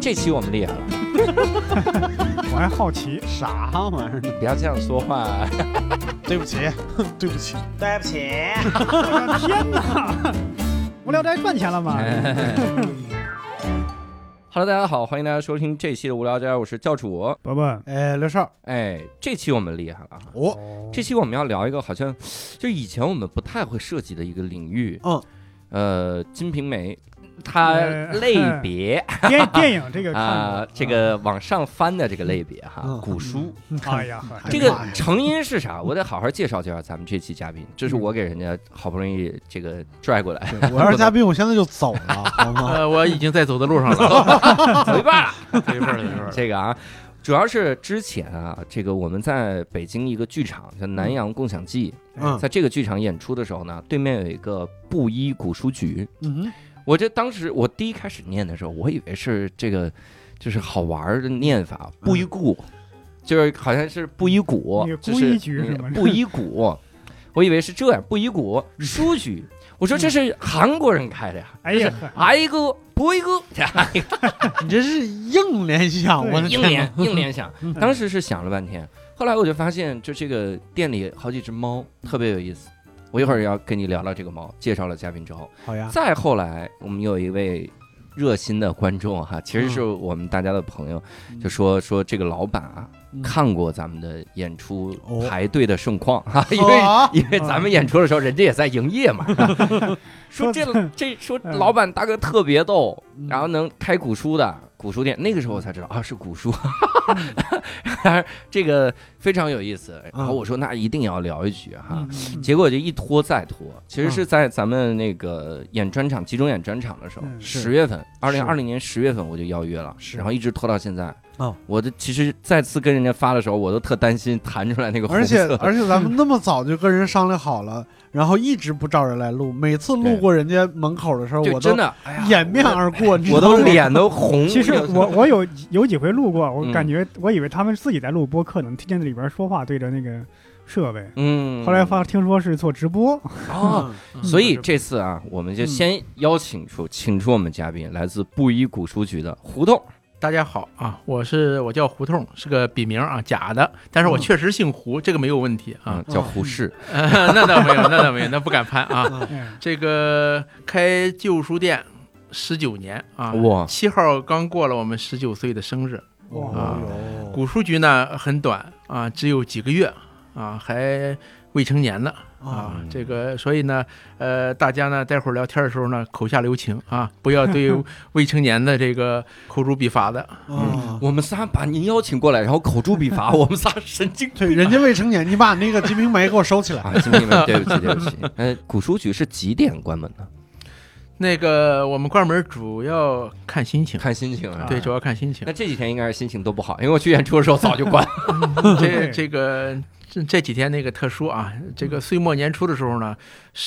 这期我们厉害了，我还好奇，啥玩意儿？你不要这样说话。对不起，对不起，对不起，我的天哪！无聊斋赚钱了吗？ Hello，大家好，欢迎大家收听这期的无聊斋，我是教主。伯伯，哎，刘少，哎，这期我们厉害了啊！哦，这期我们要聊一个好像就以前我们不太会涉及的一个领域，嗯，呃，《金瓶梅》它哎呃类 别电电影这个看啊过，这个往上翻的这个类别哈嗯，啊古书。哎呀，呵这哎呀妈个呀成因是啥？我得好好介绍介绍咱们这期嘉宾，这是我给人家好不容易这个拽过 来，嗯我要是嘉宾，我现在就走了，好吗？ 呃，我已经在走的路上了，走一半了。这一份儿这一 份儿这个啊，主要是之前啊，这个我们在北京一个剧场叫南洋共享记，嗯在这个剧场演出的时候呢，对面有一个布衣古书局。嗯我这当时我第一开始念的时候，我以为是这个就是好玩儿的念法，布衣故，就是好像是布衣古嗯那个，就故是衣局是吗嗯布衣古，我以为是这样，布衣古书局。我说嗯这是韩国人开的呀，哎呀，哎一个布一个，哼，你这是硬联想，对我的硬天联哪，嗯硬联想，当时是想了半天，后来我就发现，就这个店里好几只猫特别有意思。我一会儿要跟你聊聊这个猫，介绍了嘉宾之后，好呀，再后来我们有一位热心的观众哈，其实是我们大家的朋友，就说说这个老板啊嗯看过咱们的演出哦排队的盛况哈，因为啊因为咱们演出的时候人家也在营业 嘛，说这这说嗯老板大哥特别逗，嗯然后能开古书的古书店，那个时候我才知道啊是古书， 这个非常有意思。然后我说那一定要聊一局嗯哈，结果就一拖再拖，其实是在咱们那个演专场集中演专场的时候，嗯是十月份，二零二零年十月份我就邀约了，然后一直拖到现在。哦我的其实再次跟人家发的时候，我都特担心弹出来那个红而且色。而且咱们那么早就跟人商量好了，然后一直不找人来录，每次路过人家门口的时候，就我真都的，哎呀掩面而过，你知我道都吗脸都红。 其实我我有有几回路过，嗯我感觉我以为他们自己在录播客，能听见里边说话对着那个设备。嗯，后来发听说是做直播，哦，嗯所以这次啊，我们就先邀请出请出我们嘉宾，来自布衣古书局的胡同。大家好啊，我是我叫胡同，是个笔名啊，假的，但是我确实姓胡，这个没有问题啊嗯，。叫胡适， 那倒没有，那倒没有，那不敢攀啊。嗯这个开旧书店十九年啊，哇七号刚过了我们十九岁的生日。哇啊哦古书局呢很短啊，只有几个月啊，还未成年呢。哟啊嗯，这个所以呢，呃，大家呢待会儿聊天的时候呢，口下留情啊，不要对未成年的这个口诛笔 伐的。啊，嗯我们仨把您邀请过来，然后口诛笔伐，我们仨神经对，人家未成年，你把那个《金瓶梅》给我收起 来。啊！经理们，对不起，对不起。呃，古书局是几点关门的？那个我们关门主要看心情，看心情啊。对，主要看心情那。这几天应该是心情都不好，因为我去演出的时候早就关。这这个这这几天那个特殊啊，这嗯个岁末年初的时候呢，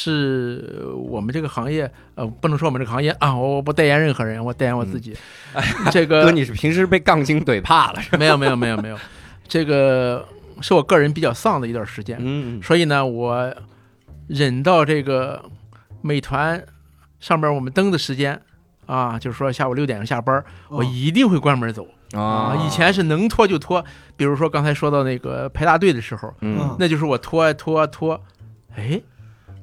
是呃我们这个行业呃，不能说我们这个行业啊，我我不代言任何人，我代言我自己。这 嗯个哥，你是平时被杠精怼怕了是吧？没有没有没有没有，这个是我个人比较丧的一段时间。嗯，所以呢，我忍到这个美团上边我们登的时间啊，就是说下午六点钟下班，我一定会关门走哦啊，以前是能拖就拖，比如说刚才说到那个排大队的时候，嗯，那就是我拖啊拖拖，哎。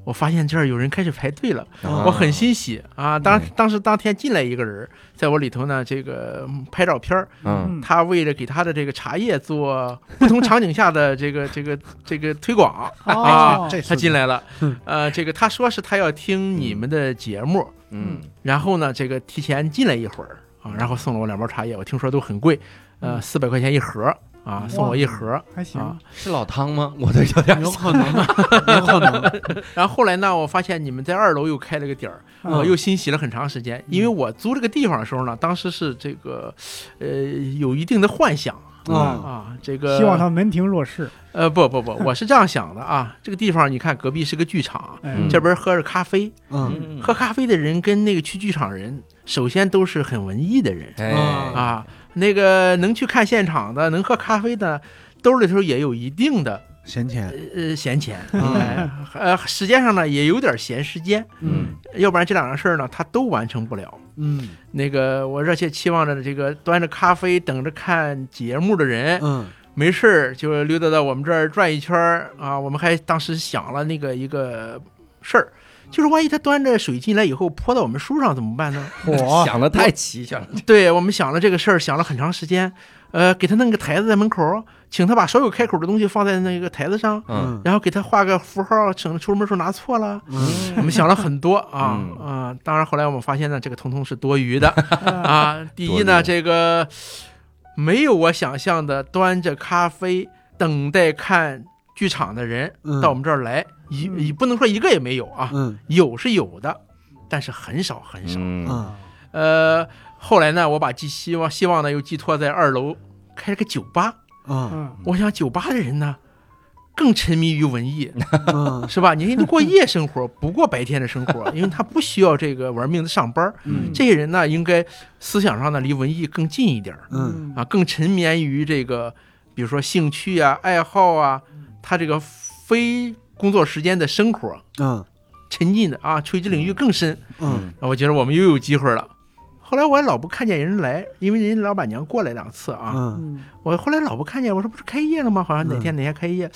我发现这儿有人开始排队了，啊嗯我很欣喜啊！嗯当当时当天进来一个人，在我里头呢，这个嗯拍照片儿，嗯嗯他为了给他的这个茶叶做不同场景下的这个这个这个推广啊，哦这他进来了嗯，呃，这个他说是他要听你们的节目，嗯然后呢，这个提前进来一会儿啊，然后送了我两包茶叶，我听说都很贵，嗯呃，四百块钱一盒啊，送我一盒还行，啊。是老汤吗？我都有点有可能，有可能，然后后来呢，我发现你们在二楼又开了个点儿，嗯我又欣喜了很长时间，因为我租这个地方的时候呢，当时是这个，呃，有一定的幻想啊，啊，这个嗯希望他门庭若市。呃不不不，我是这样想的啊，这个地方你看隔壁是个剧场，哎嗯这边喝着咖啡，嗯，喝咖啡的人跟那个去剧场人，首先都是很文艺的人哎啊啊。那个能去看现场的，能喝咖啡的，兜里头也有一定的闲钱，呃闲钱，嗯哎呃，时间上呢也有点闲时间，嗯要不然这两件事儿呢他都完成不了。嗯那个我热切期望着这个端着咖啡等着看节目的人，嗯没事儿就溜达到我们这儿转一圈儿啊。我们还当时想了那个一个事儿，就是万一他端着水进来以后泼到我们书上怎么办呢？火 想的太齐全了，对我们想了这个事儿，想了很长时间。呃，给他弄个台子在门口儿，请他把所有开口的东西放在那个台子上，嗯然后给他画个符号，省出门时候拿错了。嗯我们想了很多啊啊、嗯当然后来我们发现呢，这个通通是多 余的啊，啊。第一多余呢，这个没有我想象的端着咖啡等待看剧场的人嗯到我们这儿来，一嗯一不能说一个也没有啊，嗯有是有的，但是很少很少。嗯，啊呃，后来呢，我把寄希望希望呢又寄托在二楼开了个酒吧，啊嗯，我想酒吧的人呢更沉迷于文艺，啊是吧？你看，过夜生活， 不过白天的生活，因为他不需要这个玩命的上班儿。嗯这些人呢，应该思想上呢离文艺更近一点儿嗯啊，更沉湎于这个，比如说兴趣啊、爱好啊，他这个非工作时间的生活嗯沉浸的啊，垂直领域更深。嗯啊我觉得我们又有机会了。后来我还老不看见人来，因为人家老板娘过来两次啊，嗯嗯我后来老不看见，我说不是开业了吗？好像哪嗯天哪天开业。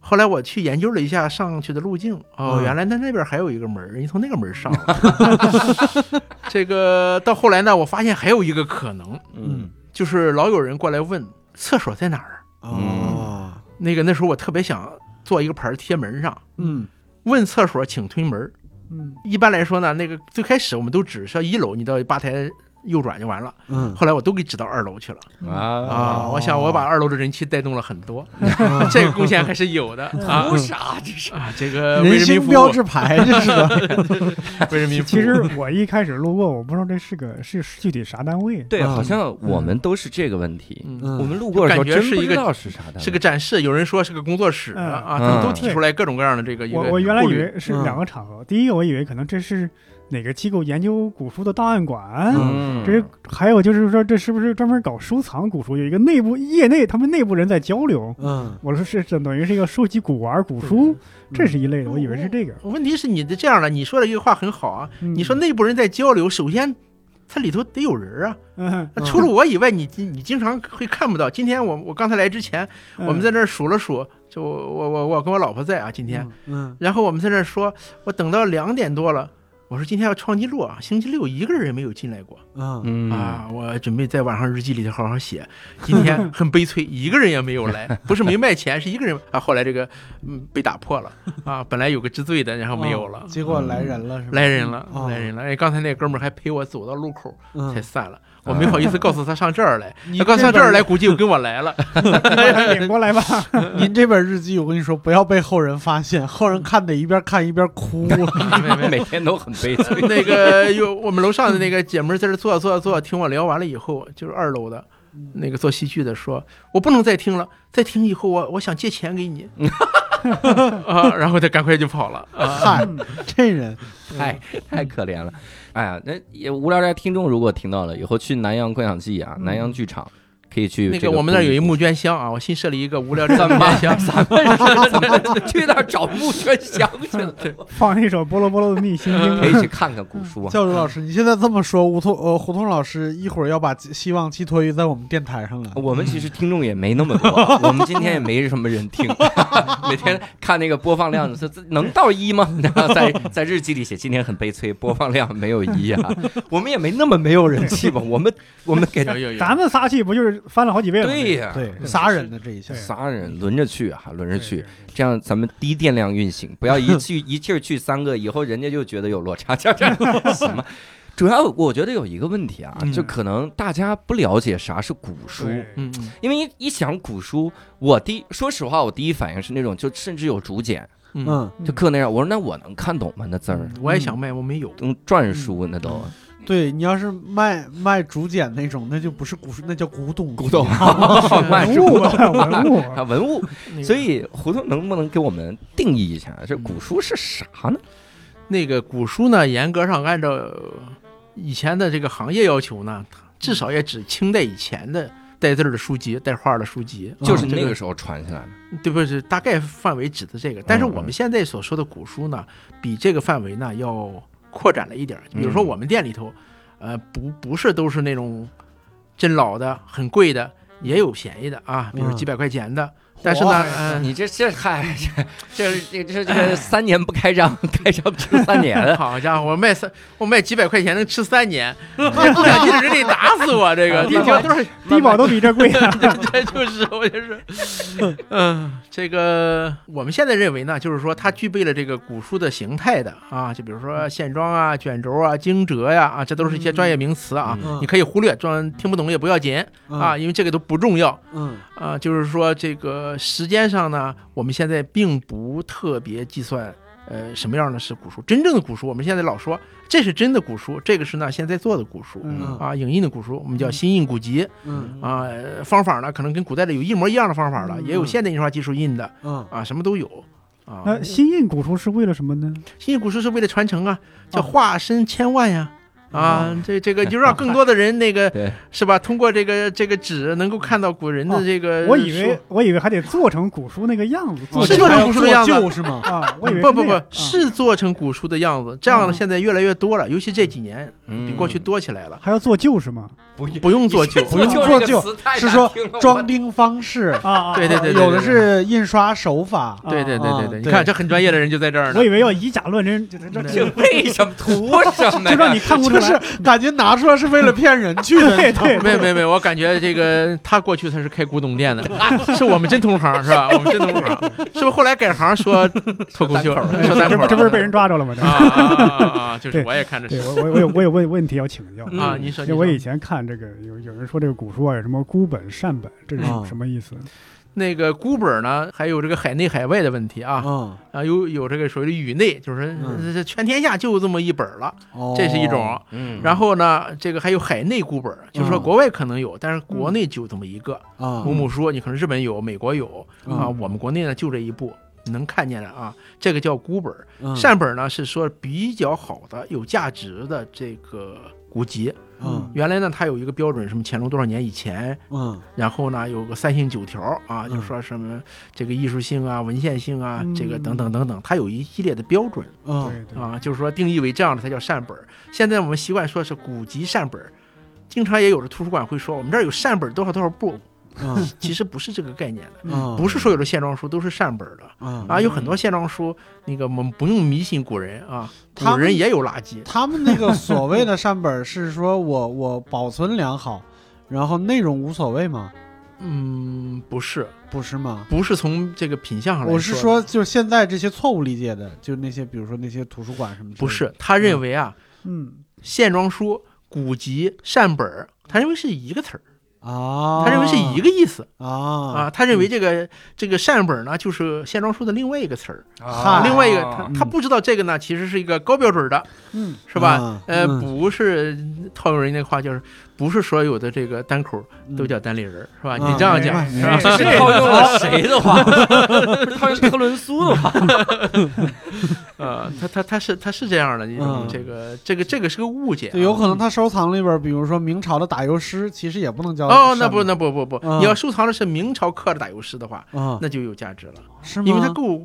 后来我去研究了一下上去的路径，哦，嗯原来在那边还有一个门儿，人家从那个门儿上了。 这个到后来呢，我发现还有一个可能，嗯就是老有人过来问厕所在哪儿。哦那个那时候我特别想做一个牌儿贴门上，嗯问厕所请推门儿。嗯一般来说呢，那个最开始我们都指是一楼，你到吧台右转就完了。嗯后来我都给指到二楼去了啊！啊，我想我把二楼的人气带动了很多。啊这个贡献还是有的啊图啥这是？啊！这个为人人民形服标务，志牌，这 是的，为人民服务。其 实我一开始路过，我不知道这是个是具体啥单位，对，嗯好像我们都是这个问题。嗯，我嗯们路过的时候就感觉真是不一个知道是啥的，是个展示，有人说是个工作室嗯啊，他们嗯都提出来各种各样的这个一个我我原来顾以虑为是嗯两个场合，第一个我以为可能这是哪个机构研究古书的档案馆，嗯，这是还有就是说这是不是专门搞收藏古书，有一个内部业内他们内部人在交流。嗯我说是这等于是一个收集古玩、古书，这是一类的，嗯我以为是这个。问题是你的这样的，你说的这个话很好啊，嗯你说，内部人在交流，首先。它里头得有人啊！嗯，那嗯除了我以外，你你你经常会看不到。今天我我刚才来之前，嗯 我们在那儿数了数，就我我我我跟我老婆在啊，今天，嗯然后我们在那儿说，我等到两点多了，我说今天要创纪录啊，星期六一个人也没有进来过。嗯嗯啊，我准备在晚上日记里头好好写。今天很悲催，一个人也没有来，不是没卖钱，是一个人啊。后来这个嗯被打破了啊，本来有个知醉的，然嗯后没有了，哦结果来人了是吧？来人了，哦来人了。哎，刚才那哥们儿还陪我走到路口才嗯，散了，我没好意思告诉他上这儿来，你他刚上这这边儿来，估计又跟我来了。引嗯过 来吧。 您这本日记，我跟你说，不要被后人发现，后人看得一边看一边 哭。没没没 每天都很悲催。那个有我们楼上的那个姐们儿在这坐坐坐，听我聊完了以后，就是二楼的。那个做戏剧的说：“我不能再听了，再听以后我我想借钱给你啊！”然后他赶快就跑了啊！嗨， 这人，嗯太太可怜了，哎呀，那也无聊斋听众如果听到了，以后去南阳观想记啊，嗯南阳剧场可以去那这个个我们那儿有一布募捐箱啊，我新设了一个无聊的募捐箱，艺， 去那儿找募捐箱去了，放一首《波罗波罗的蜜心经可》以去看看古嗯书啊。教主老师，你现在这么说，吴桐呃胡同老师一会儿要把寄希望寄托于在我们电台上了。我们其实听众也没那么多，我们今天也没什么人听， 每天看那个播放量，这这能到一吗？ 然后在在日记里写今天很悲催，播放量没有一啊，我们也没那么没有人气吧？我们我们给有有有，咱们仨去不就是翻了好几倍了吗？对呀、对，杀人的这一下对，仨人轮着去啊，轮着对，去对，，这样咱们低电量运行，不要一 去一气儿去三个，以后人家就觉得有落差，这这 什么？主要我觉得有一个问题啊，嗯就可能大家不了解啥是古书，对对嗯嗯因为一一想古书，我第说实话，我第一反应是那种就甚至有竹简，嗯嗯，嗯，就刻那样，我说那我能看懂吗？那字儿嗯我也想卖，我没有，用篆书那 都对你要是卖卖竹简那种，那就不是古，那叫古董。古 董，万文是物古啊，文物啊啊 文物，那个所以胡同能不能给我们定义一下，这古书是啥呢？那个古书呢，严格上按照呃以前的这个行业要求呢，至少也只清代以前的带字儿的书籍、带画儿的书籍，嗯就是啊这那个个时候传下来的，对不是大概范围指的这个，但是嗯我们现在所嗯说的古书呢，比这个范围呢要扩展了一点儿。比如说我们店里头，呃，不不是都是那种真老的、很贵的，也有便宜的啊，比如嗯几百块钱的。但是呢，嗯、你这这嗨，这这这这个三年不开张，开张吃三年， 好家伙，我卖三，我卖几百块钱能吃三年，不想进人得打死我！这 个啊你听多少？低保都比这贵啊呢。这就是 我就是，嗯，这个我们现在认为呢，就是说它具备了这个古书的形态的啊，就比如说线装啊、卷轴啊、惊蛰呀啊，这都是一些专业名词啊，嗯你可以忽略，装听不懂也不要紧 啊，，因为这个都不重要。嗯啊，就是说这个时间上呢，我们现在并不特别计算，呃，什么样的是古书，真正的古书，我们现在老说这是真的古书，这个是呢现在做的古书。嗯啊，影印的古书我们叫新印古籍嗯啊、呃方法呢可能跟古代的有一模一样的方法了，也有嗯现代印刷技术印的嗯啊，什么都有啊。那新印古书是为了什么呢？新印古书是为了传承啊，叫哦化身千万呀、啊。这这个就让更多的人 那个对是吧？通过这个这个纸能够看到古人的哦这呃个书、哦我以为我以为还得做成古书那个样子，做是成吗是吗？啊，我以为不是不那不样，啊是嗯做成古书的样子，这样的嗯现在越来越多了，尤其这几年嗯比过去多起来了，还要做旧是吗？不不用做旧，不用做旧是说装订方式，啊，啊对对对有的是印刷手法， 啊 对对对对啊对，你对看这很专业的人就在这儿呢我。以为要以假乱真，就就嗯这就为什么图什么就让呀？你看不出就来是。感觉拿出来是为了骗人去的，对对没有没有没有，我感觉这个 他过去他是开古董店 的，是我们真同行是 吧？我们真同行，是不是后来改行说脱口 秀，单口说单口这了？不这不是被人抓着了吗？这啊啊啊啊啊！就是对我也看 着对我我我有我有问问题要请教。嗯啊，你说你因为我以说前看这个有有人说这个古书啊，有什么孤本善本，这是哦嗯什么意思？那个孤本呢，还有这个海内海外的问题啊嗯，啊，有有这个属于宇内，就是嗯这这全天下就这么一本了，哦这是一种。嗯然后呢，这个还有海内孤本儿，就是说嗯国外可能有，但是国内就这么一个。啊木木说，你可能日本有，美国有嗯啊，我们国内呢就这一部，你能看见了啊。这个叫孤本儿，嗯善本儿呢是说比较好的、有价值的这个古籍。嗯原来呢，它有一个标准，什么乾隆多少年以前，嗯然后呢有个三性九条啊，嗯就说什么这个艺术性啊、文献性啊，嗯这个等等等等，它有一系列的标准。嗯对对啊，就是说定义为这样的才叫善本儿。现在我们习惯说是古籍善本儿，经常也有的图书馆会说我们这儿有善本儿多少多少部，嗯 其实不是这个概念的，嗯，不是说有的线装书都是善本儿的嗯啊，有很多线装书，那个我们不用迷信古人啊，古他们人也有垃圾。他们那个所谓的善本是说我我保存良好，然后内容无所谓吗？嗯，不是，不是吗？不是从这个品相上来我是说的，说，就是现在这些错误理解的，就那些比如说那些图书馆什么之类的，不是，他认为啊，嗯，线装书、古籍、善本儿，他认为是一个词儿，啊，他认为是一个意思。个啊啊，他认为这个这个善本呢，就是线装书的另外一个词儿，啊另外一个他他嗯不知道这个呢，其实是一个高标准的，嗯，是吧？啊呃，嗯不是套用人家话，就是不是所有的这个单口嗯都叫单立人儿，是吧？嗯你这样讲明白明是这白吧？ 是套用了谁的话？这是套用特伦苏的话。呃，他他他是他是这样的一种嗯这个这个这个是个误解啊，对，有可能他收藏了一本，比如说明朝的打油诗，其实也不能叫哦，那善不本那不不不，嗯你要收藏的是明朝刻的打油诗的话，啊，那就有价值了，是吗？因为它够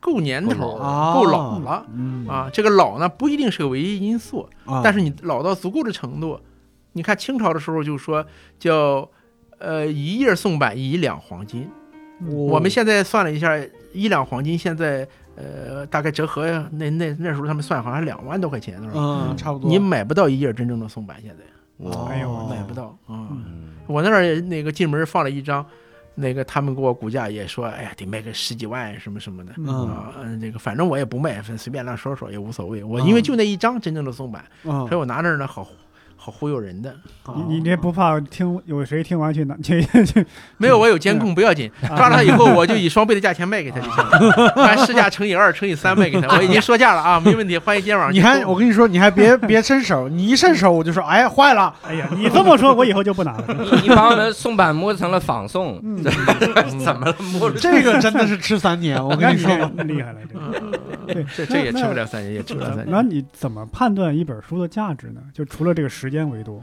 够年够头儿，老够了老了嗯啊。这个老呢不一定是个唯一因素，啊，但是你老到足够的程度，你看清朝的时候就说叫呃一页宋版一两黄金，哦我们现在算了一下，一两黄金现在呃大概折合那那那时候他们算好像两万多块钱，是吧？嗯差不多，你买不到一页真正的宋版，现在哇哎呦买不到啊、嗯我那儿那个进门放了一张，那个他们给我估价也说，哎呀得卖个十几万什么什么的。嗯啊，嗯，这个反正我也不卖，随便乱说说也无所谓。我因为嗯就那一张真正的宋版，嗯所以我拿那儿呢，好好忽悠人的。你哦你这不怕听有谁听完去拿去去没有，我有监控，不要紧，抓了他以后，我就以双倍的价钱卖给他就行 了，按市价乘以二，乘以三卖给 他。我已经说价了啊，没问题，欢迎今天晚上去你购。还，我跟你说，你还别别伸手，你一伸手我就说，哎，坏了，哎呀， 你这么说，我以后就不拿了。你你把我们宋版摸成了仿宋，嗯，怎么了？摸了这个真的是吃三年，我那跟你 你说吧，这厉害了，这对嗯这这也吃不了三年，也吃不了三那年。你怎么判断一本书的价值呢？就除了这个时间维度，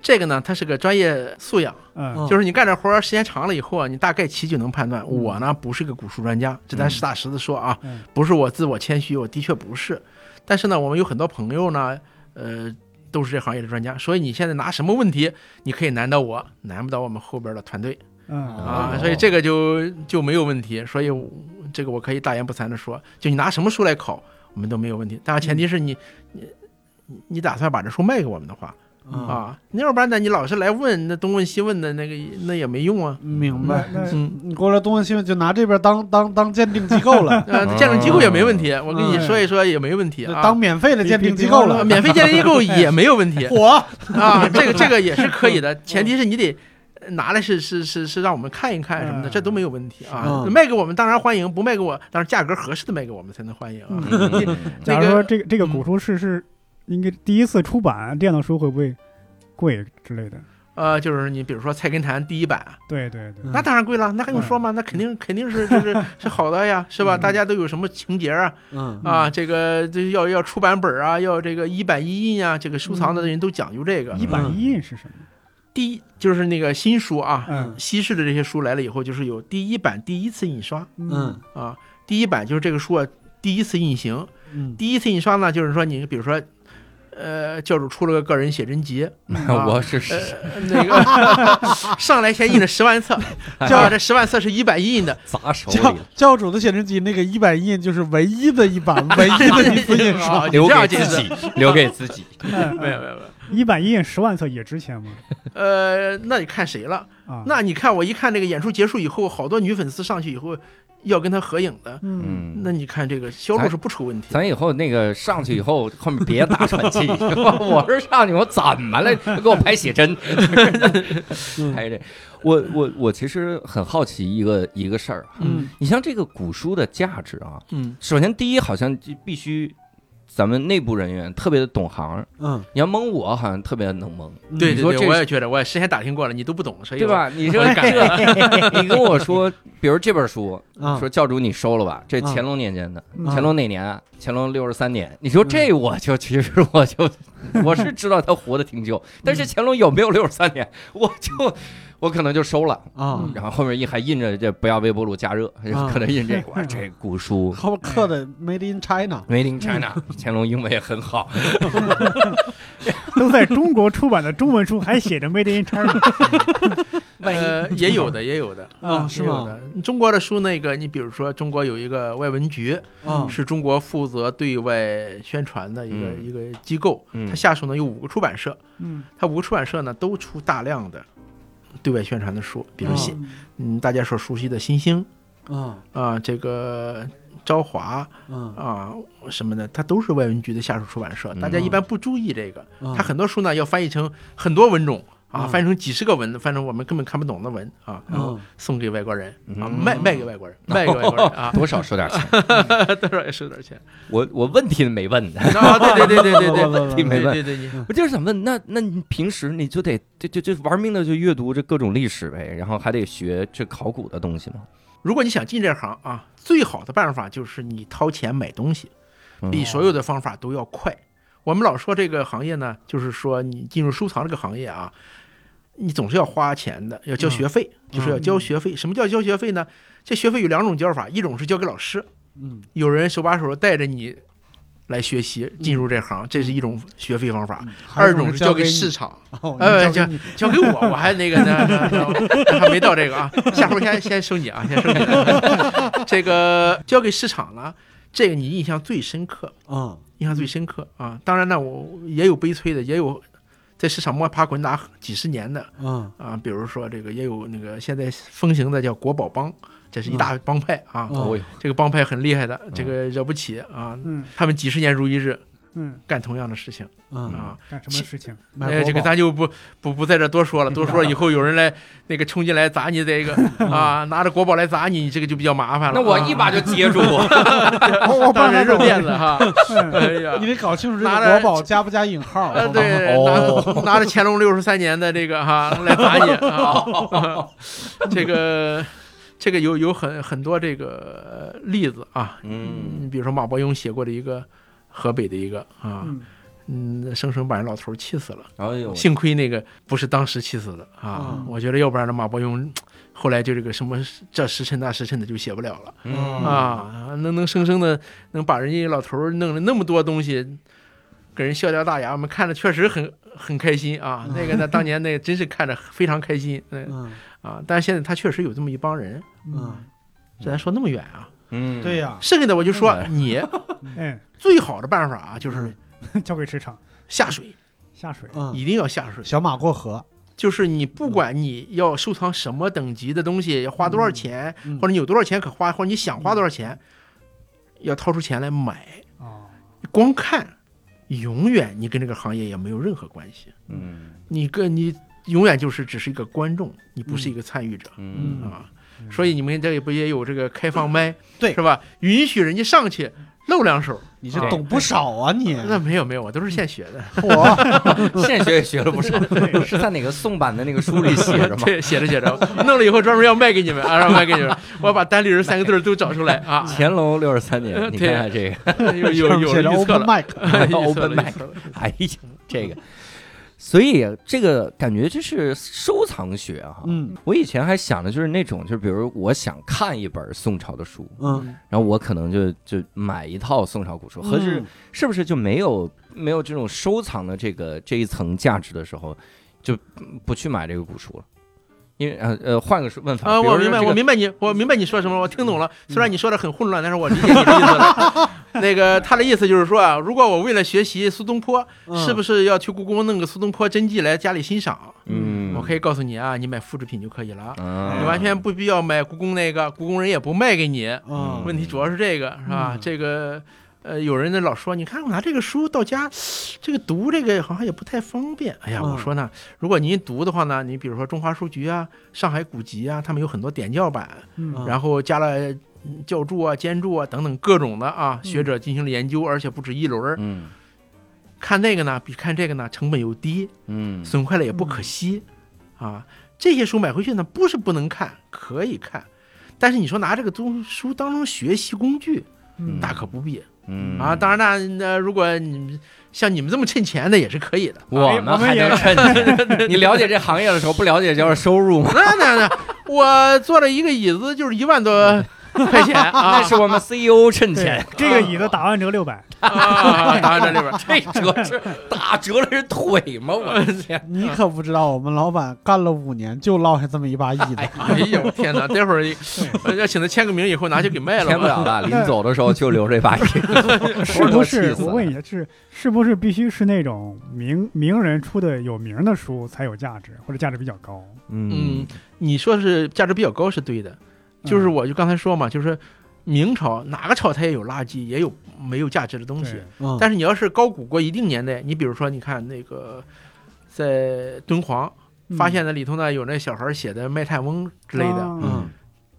这个呢，它是个专业素养，嗯嗯就是你干这活儿时间长了以后啊，你大概其就能判断。我呢不是个古书专家，这咱实打实的说啊嗯，不是我自我谦虚，我的确不是。但是呢，我们有很多朋友呢，呃，都是这行业的专家，所以你现在拿什么问题，你可以难到我，难不到我们后边的团队嗯啊哦，所以这个就就没有问题，所以我这个我可以大言不惭的说，就你拿什么书来考，我们都没有问题，但是前提是你你你你打算把这书卖给我们的话啊，啊，那要不然呢，你老是来问那东问西问的那个那也没用啊，明那白。那嗯。，你过来东问西问，就拿这边当当当鉴定机构了呃，鉴定机构也没问题，我跟你嗯说一说也没问题 啊。当免费的鉴定机构呃了。免费鉴定机构也没有问 题火，啊，这个这个也是可以的，前提是你得呃拿来是是是是让我们看一看什么的，嗯这都没有问题啊。嗯卖给我们当然欢迎，不卖给我，当然价格合适的卖给我们才能欢迎啊。嗯假如那说个这个这个嗯古书是是应该第一次出版电子书会不会贵之类的？呃，就是你比如说《菜根谭》第一版，对对对，嗯那当然贵了，那还用说吗？那肯定肯定是就是 是好的呀，是吧？嗯大家都有什么情节啊嗯啊，这个这要要出版本啊，要这个一版一印啊，这个收藏的人都讲究这个。一版一印是什么？第一就是那个新书啊，嗯西式的这些书来了以后，就是有第一版第一次印刷嗯啊，第一版就是这个书啊第一次印行，嗯第一次印刷呢，就是说你比如说，呃，教主出了个个人写真集， 我是是呃，那个上来先印了十万册，哎啊，这十万册是一版一印的，砸手教里了，教主的写真集那个一版印就是唯一的 一版，唯一的一次印刷啊，你留这给样解自释，己，留给自己。嗯没有没有没有，一版一印十万册也值钱吗？呃，那你看谁了？啊，那你看我一看这个演出结束以后，好多女粉丝上去以后要跟他合影的，嗯，那你看这个销路是不出问题的。咱以后那个上去以后，后面别打喘气。 我是上去，我怎么了？给我拍写真， 哎拍这。我我我其实很好奇一个一个事儿啊，嗯你像这个古书的价值啊，嗯首先第一好像就必须咱们内部人员特别的懂行，嗯，你要蒙我好像特别能蒙，对你对说对，这我是也觉得，我也事先打听过了，你都不哎懂，所以对我？吧？你说我就感觉这， 你跟我说，比如这本书，啊说教主你收了吧，这啊乾隆年间的，嗯乾隆哪年啊？乾隆六十三年。你说这我就其实我就我是知道他活得挺久，但是乾隆有没有六十三年，我就 我可能就收了。啊嗯，然后后面一还印着这不要微波炉加热，啊可能印这个 哇这古书后面刻的 Made in China， Made in China，乾 隆英文也很好，都在中国出版的中文书还写着 Made in China 呃，也有的，也有的，啊是也有吗的。中国的书，那个你比如说，中国有一个外文局，啊是中国负责对外宣传的一个、嗯一个机构，嗯它下属呢有五个出版社，嗯。它五个出版社呢都出大量的对外宣传的书，比如哦新，嗯，大家所熟悉的新星啊啊、这个朝华啊啊、什么的，它都是外文局的下属出版社，大家一般不注意这个。啊它很多书呢要翻译成很多文种啊，嗯翻译成几十个文，翻译成我们根本看不懂的文啊，然后嗯送给外国人啊，嗯，卖卖给外国人，卖给外国人啊多少收点 钱。多少也收点钱。我我问题没问，啊，对对对对对对对题没问对对对，你我就是想问，那那你平时你就得就就就玩命的就阅读这各种历史呗，然后还得学这考古的东西吗？如果你想进这行啊，最好的办法就是你掏钱买东西，嗯比所有的方法都要快。我们老说这个行业呢，就是说你进入收藏这个行业啊，你总是要花钱的，要交学费，就是要交学费。什么叫交学费呢？这学费有两种交法，一种是交给老师，嗯有人手把手带着你来学习进入这行，这是一种学费方嗯法；二种是交给市，场，哦呃，交交给你交给我，我还那个呢，呢呢还没到这个啊，下回先先收你啊，先收你。 这个交给市场了，这个你印象最深刻，啊印象最深刻啊！当然呢，我也有悲催的，也有在市场摸爬滚打几十年的啊啊，比如说这个也有那个现在风行的叫国宝帮，这是一大帮派啊。嗯哦哟，这个帮派很厉害的，这个惹不起啊！嗯他们几十年如一日嗯，干同样的事情啊，啊。干什么事情？买哎，这个国宝咱就不不不在这多说了，多说了以后有人来那个冲进来砸你 这个啊，拿着国宝来砸你，你这个就比较麻烦了。那我一把就接住， 哦我我啊当帮他嗯人肉找垫子哈。哎呀你，得搞清楚这拿个着国宝加不加引号呃，啊对，拿哦拿着乾隆六十三年的这个哈来砸你 啊，这个这个有有很很多这个呃例子啊，嗯，你比如说马伯庸写过的一个河北的一个啊，嗯嗯，生生把人老头儿气死了。哎呦，幸亏那个不是当时气死的啊！嗯我觉得要不然这马伯庸后来就这个什么这时辰那时辰的就写不了了、嗯啊啊！能能生生的能把人家老头儿弄了那么多东西，给人笑掉大牙，我们看着确实很很开心啊。那个呢，当年那个真是看着非常开 心，嗯嗯啊，但是现在他确实有这么一帮人，嗯，这咱说那么远啊，嗯，对呀，剩下的我就说嗯你 嗯哎，最好的办法啊，就是交给市场下水，下水。嗯，一定要下水。小马过河，就是你不嗯管你要收藏什么等级的东西，要花多少钱，嗯嗯嗯或者你有多少钱可花，或者你想花多少钱，要掏出钱来买。哦，光看，永远你跟这个行业也没有任何关系，嗯你跟你永远就是只是一个观众，你不是一个参与者、嗯啊。所以你们这里不也有这个开放麦，对是吧？允许人家上去露两手。你这啊懂不少啊你，那没有没有，我都是现学的，我现学也学了不 嗯少，是在哪个宋版的那个书里写嗯 着吗？ 对，写着写着，弄了以后专门要卖给你们啊，要卖给 你们，我要把单立人三个字儿都找出来啊，乾隆六十三年，你看看这个， 有有有写着预测 open 了，mic，预测了 open 预 mic 测了哎呀，这个，所以这个感觉就是收藏学哈、嗯我以前还想的就是那种，就是比如我想看一本宋朝的书，嗯，然后我可能就就买一套宋朝古书，可是嗯是不是就没有没有这种收藏的这个这一层价值的时候，就不去买这个古书了？因为呃呃，换个说问法啊，比如我说明白，这个我明白你，我明白你说什么，我听懂了。虽然你说的很混乱，但是我理解你的意思了。 那个他的意思就是说啊，如果我为了学习苏东坡，是不是？是要去故宫弄个苏东坡真迹来家里欣赏？嗯，我可以告诉你啊，你买复制品就可以了，啊，你完全不必要买故宫那个，故宫人也不卖给你。嗯问题主要是这个，是吧？嗯这个。呃，有人呢老说，你看我拿这个书到家，这个读这个好像也不太方便。哎呀，嗯我说呢，如果您读的话呢，你比如说中华书局啊、上海古籍啊，他们有很多点校版，嗯嗯然后加了嗯教注啊、监注啊等等各种的啊，嗯学者进行了研究，而且不止一轮儿。嗯看那个呢，比看这个呢成本又低，嗯损坏了也不可惜，啊，这些书买回去呢不是不能看，可以看，但是你说拿这个东书当成学习工具，嗯大可不必嗯啊。当然啦，那如果你们像你们这么趁钱的也是可以的。我们还能趁你了解这行业的时候，不了解就是收入嘛。那那那，我坐了一个椅子就是一万多 块钱啊那是我们 CEO 趁钱，对这个椅子打完折六 百，啊，当然这里边儿。这折是打折了是腿吗？我的天！你可不知道，我们老板干了五年就落下这么一把椅子，哎呀，我天哪！待会儿呃要请他签个名，以后拿去给卖签了不吧。嗯了了，临走的时候就留这把椅子，是不是？我问你，一下，是是不是必须是那种名名人出的有名的书才有价值，或者价值比较高？嗯嗯嗯，你说是价值比较高是对的，就是嗯我就刚才说嘛，就是明朝哪个朝它也有垃圾，也有没有价值的东西对。嗯但是你要是高古国一定年代，你比如说你看那个在敦煌嗯发嗯现的里头呢有那小孩写的《卖炭翁》之类的，啊嗯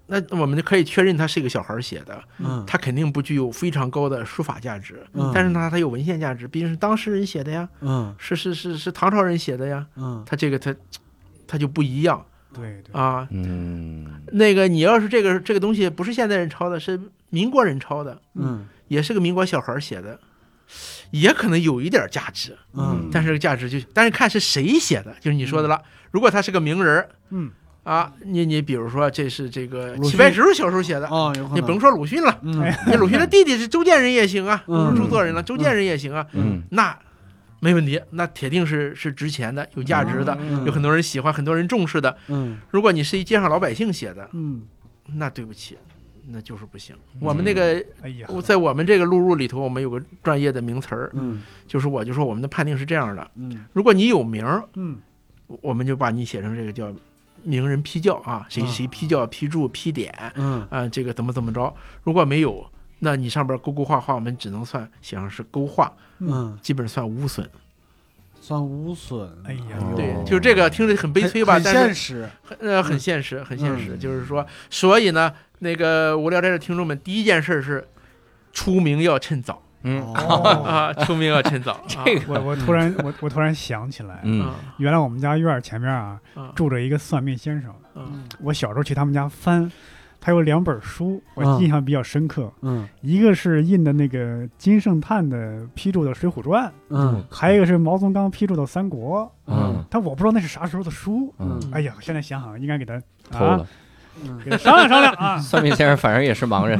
那我们就可以确认他是一个小孩写的，嗯他肯定不具有非常高的书法价值，嗯但是呢它有文献价值，毕竟是当事人写的呀。嗯是是是是唐朝人写的呀，嗯他这个他他就不一样对对，啊。嗯那个你要是这个这个东西不是现代人抄的，是民国人抄的，嗯也是个民国小孩写的，也可能有一点价值，嗯但是这个价值就但是看是谁写的，就是你说的了。如果他是个名人儿嗯，啊，你你比如说这是这个鲁迅齐白石小时候写的，哦，有可能你嗯甭说鲁迅 了，嗯哎你鲁迅的弟弟是周建人也行啊，嗯不是著作人了，周建人也行啊，嗯，那没问题，那铁定是是值钱的，有价值的。嗯有很多人喜欢，很多人重视的。嗯如果你是一街上老百姓写的，嗯那对不起，那就是不行。我们那嗯个哎呀，我在我们这个录入里头，我们有个专业的名词儿，嗯就是我就说我们的判定是这样的：嗯如果你有名儿，嗯我们就把你写成这个叫名人批教啊，谁啊谁批教、批注、批点嗯啊，这个怎么怎么着。如果没有，那你上边勾勾画画，我们只能算写上是勾画，嗯，基本算无损。算无损，哎呀哦对，就这个听着很悲催吧，很但是现实，很呃很现实，很现实，嗯就是说，所以呢，那个无聊斋的听众们，第一件事是出名要趁早嗯哦，啊，出名要趁早。啊 这个我我突然我我突然想起来，嗯啊原来我们家院儿前面啊啊住着一个算命先生，嗯啊我小时候去他们家翻，他有两本书，我嗯印象比较深刻，嗯一个是印的那个金圣叹的批注的《水浒传》，嗯还有一个是毛宗岗批注的《三国》，嗯但我不知道那是啥时候的书。嗯，哎呀，现在想想应该给他偷了，啊，嗯给他商量商 量啊。算命先生反正也是盲人，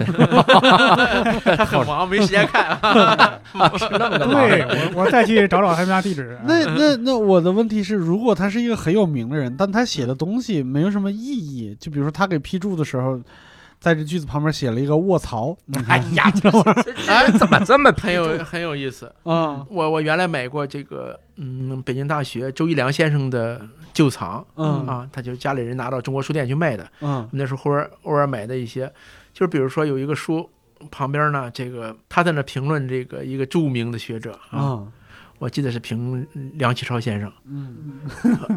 他很忙，没时间 看啊。那么个盲对人，我，我再去找找他们家地址。 啊 那那那我的问题是，如果他是一个很有名的人，但他写的东西没有什么意义，就比如说他给批注的时候，在这句子旁边写了一个卧槽，哎呀，这这哎怎么这么 很有很有意思。啊我我原来买过这个，嗯，北京大学周一良先生的旧藏嗯啊，他就家里人拿到中国书店去卖的。 嗯那时候偶尔偶尔买的一些，就是比如说有一个书旁边呢，这个他在那评论这个一个著名的学者啊，嗯我记得是评梁启超先生，嗯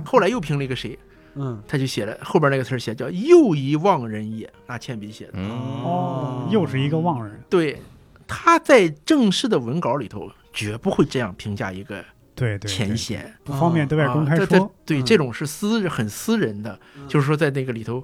后来又评了一个谁，嗯，他就写了后边那个词儿写叫“又一忘人也”，拿铅笔写的。嗯，哦，又是一个忘人。对，他在正式的文稿里头绝不会这样评价一个对对，前对贤，不方便对外公开啊这这说。对，嗯这种是私很私人的，就是说在那个里头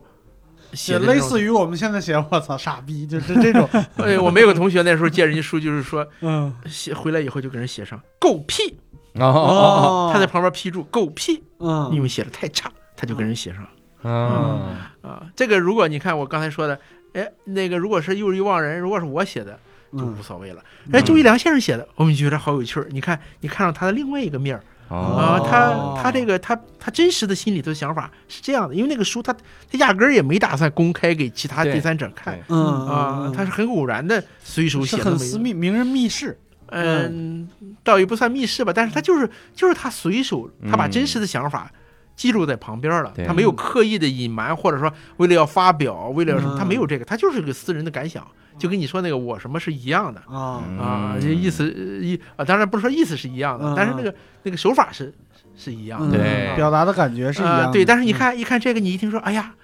写写的类似于，于我们现在写我操傻逼，就是这种，哎，我们有个同学那时候借人家书，就是说嗯啊写回来以后就给人写上“狗屁哦哦”，他在旁边批注“狗屁”，嗯因为写的太差，他就给人写上了哦，嗯啊。这个如果你看我刚才说的，哎，那个如果是又一忘人，如果是我写的。嗯就无所谓了。哎，周一良先生写的，我们觉得好有趣儿。你看，你看到他的另外一个面儿啊、哦，哦他他这个他他真实的心里头想法是这样的，因为那个书他他压根儿也没打算公开给其他对第三者看对嗯啊，他是很偶然的随手写是的那么很一私个，密，名人密室，嗯，倒也不算密室吧，但是他就是就是他随手他把嗯真实的想法。记录在旁边了对，他没有刻意的隐瞒，或者说为了要发表，为了要什么，嗯他没有这个，他就是个私人的感想，就跟你说那个我什么是一样的，啊嗯啊，这意思意啊，当然不是说意思是一样的嗯，但是那个那个手法是是一样的，对表达的感觉是一嗯样啊，的，对。但是你看一看这个，你一听说，哎呀，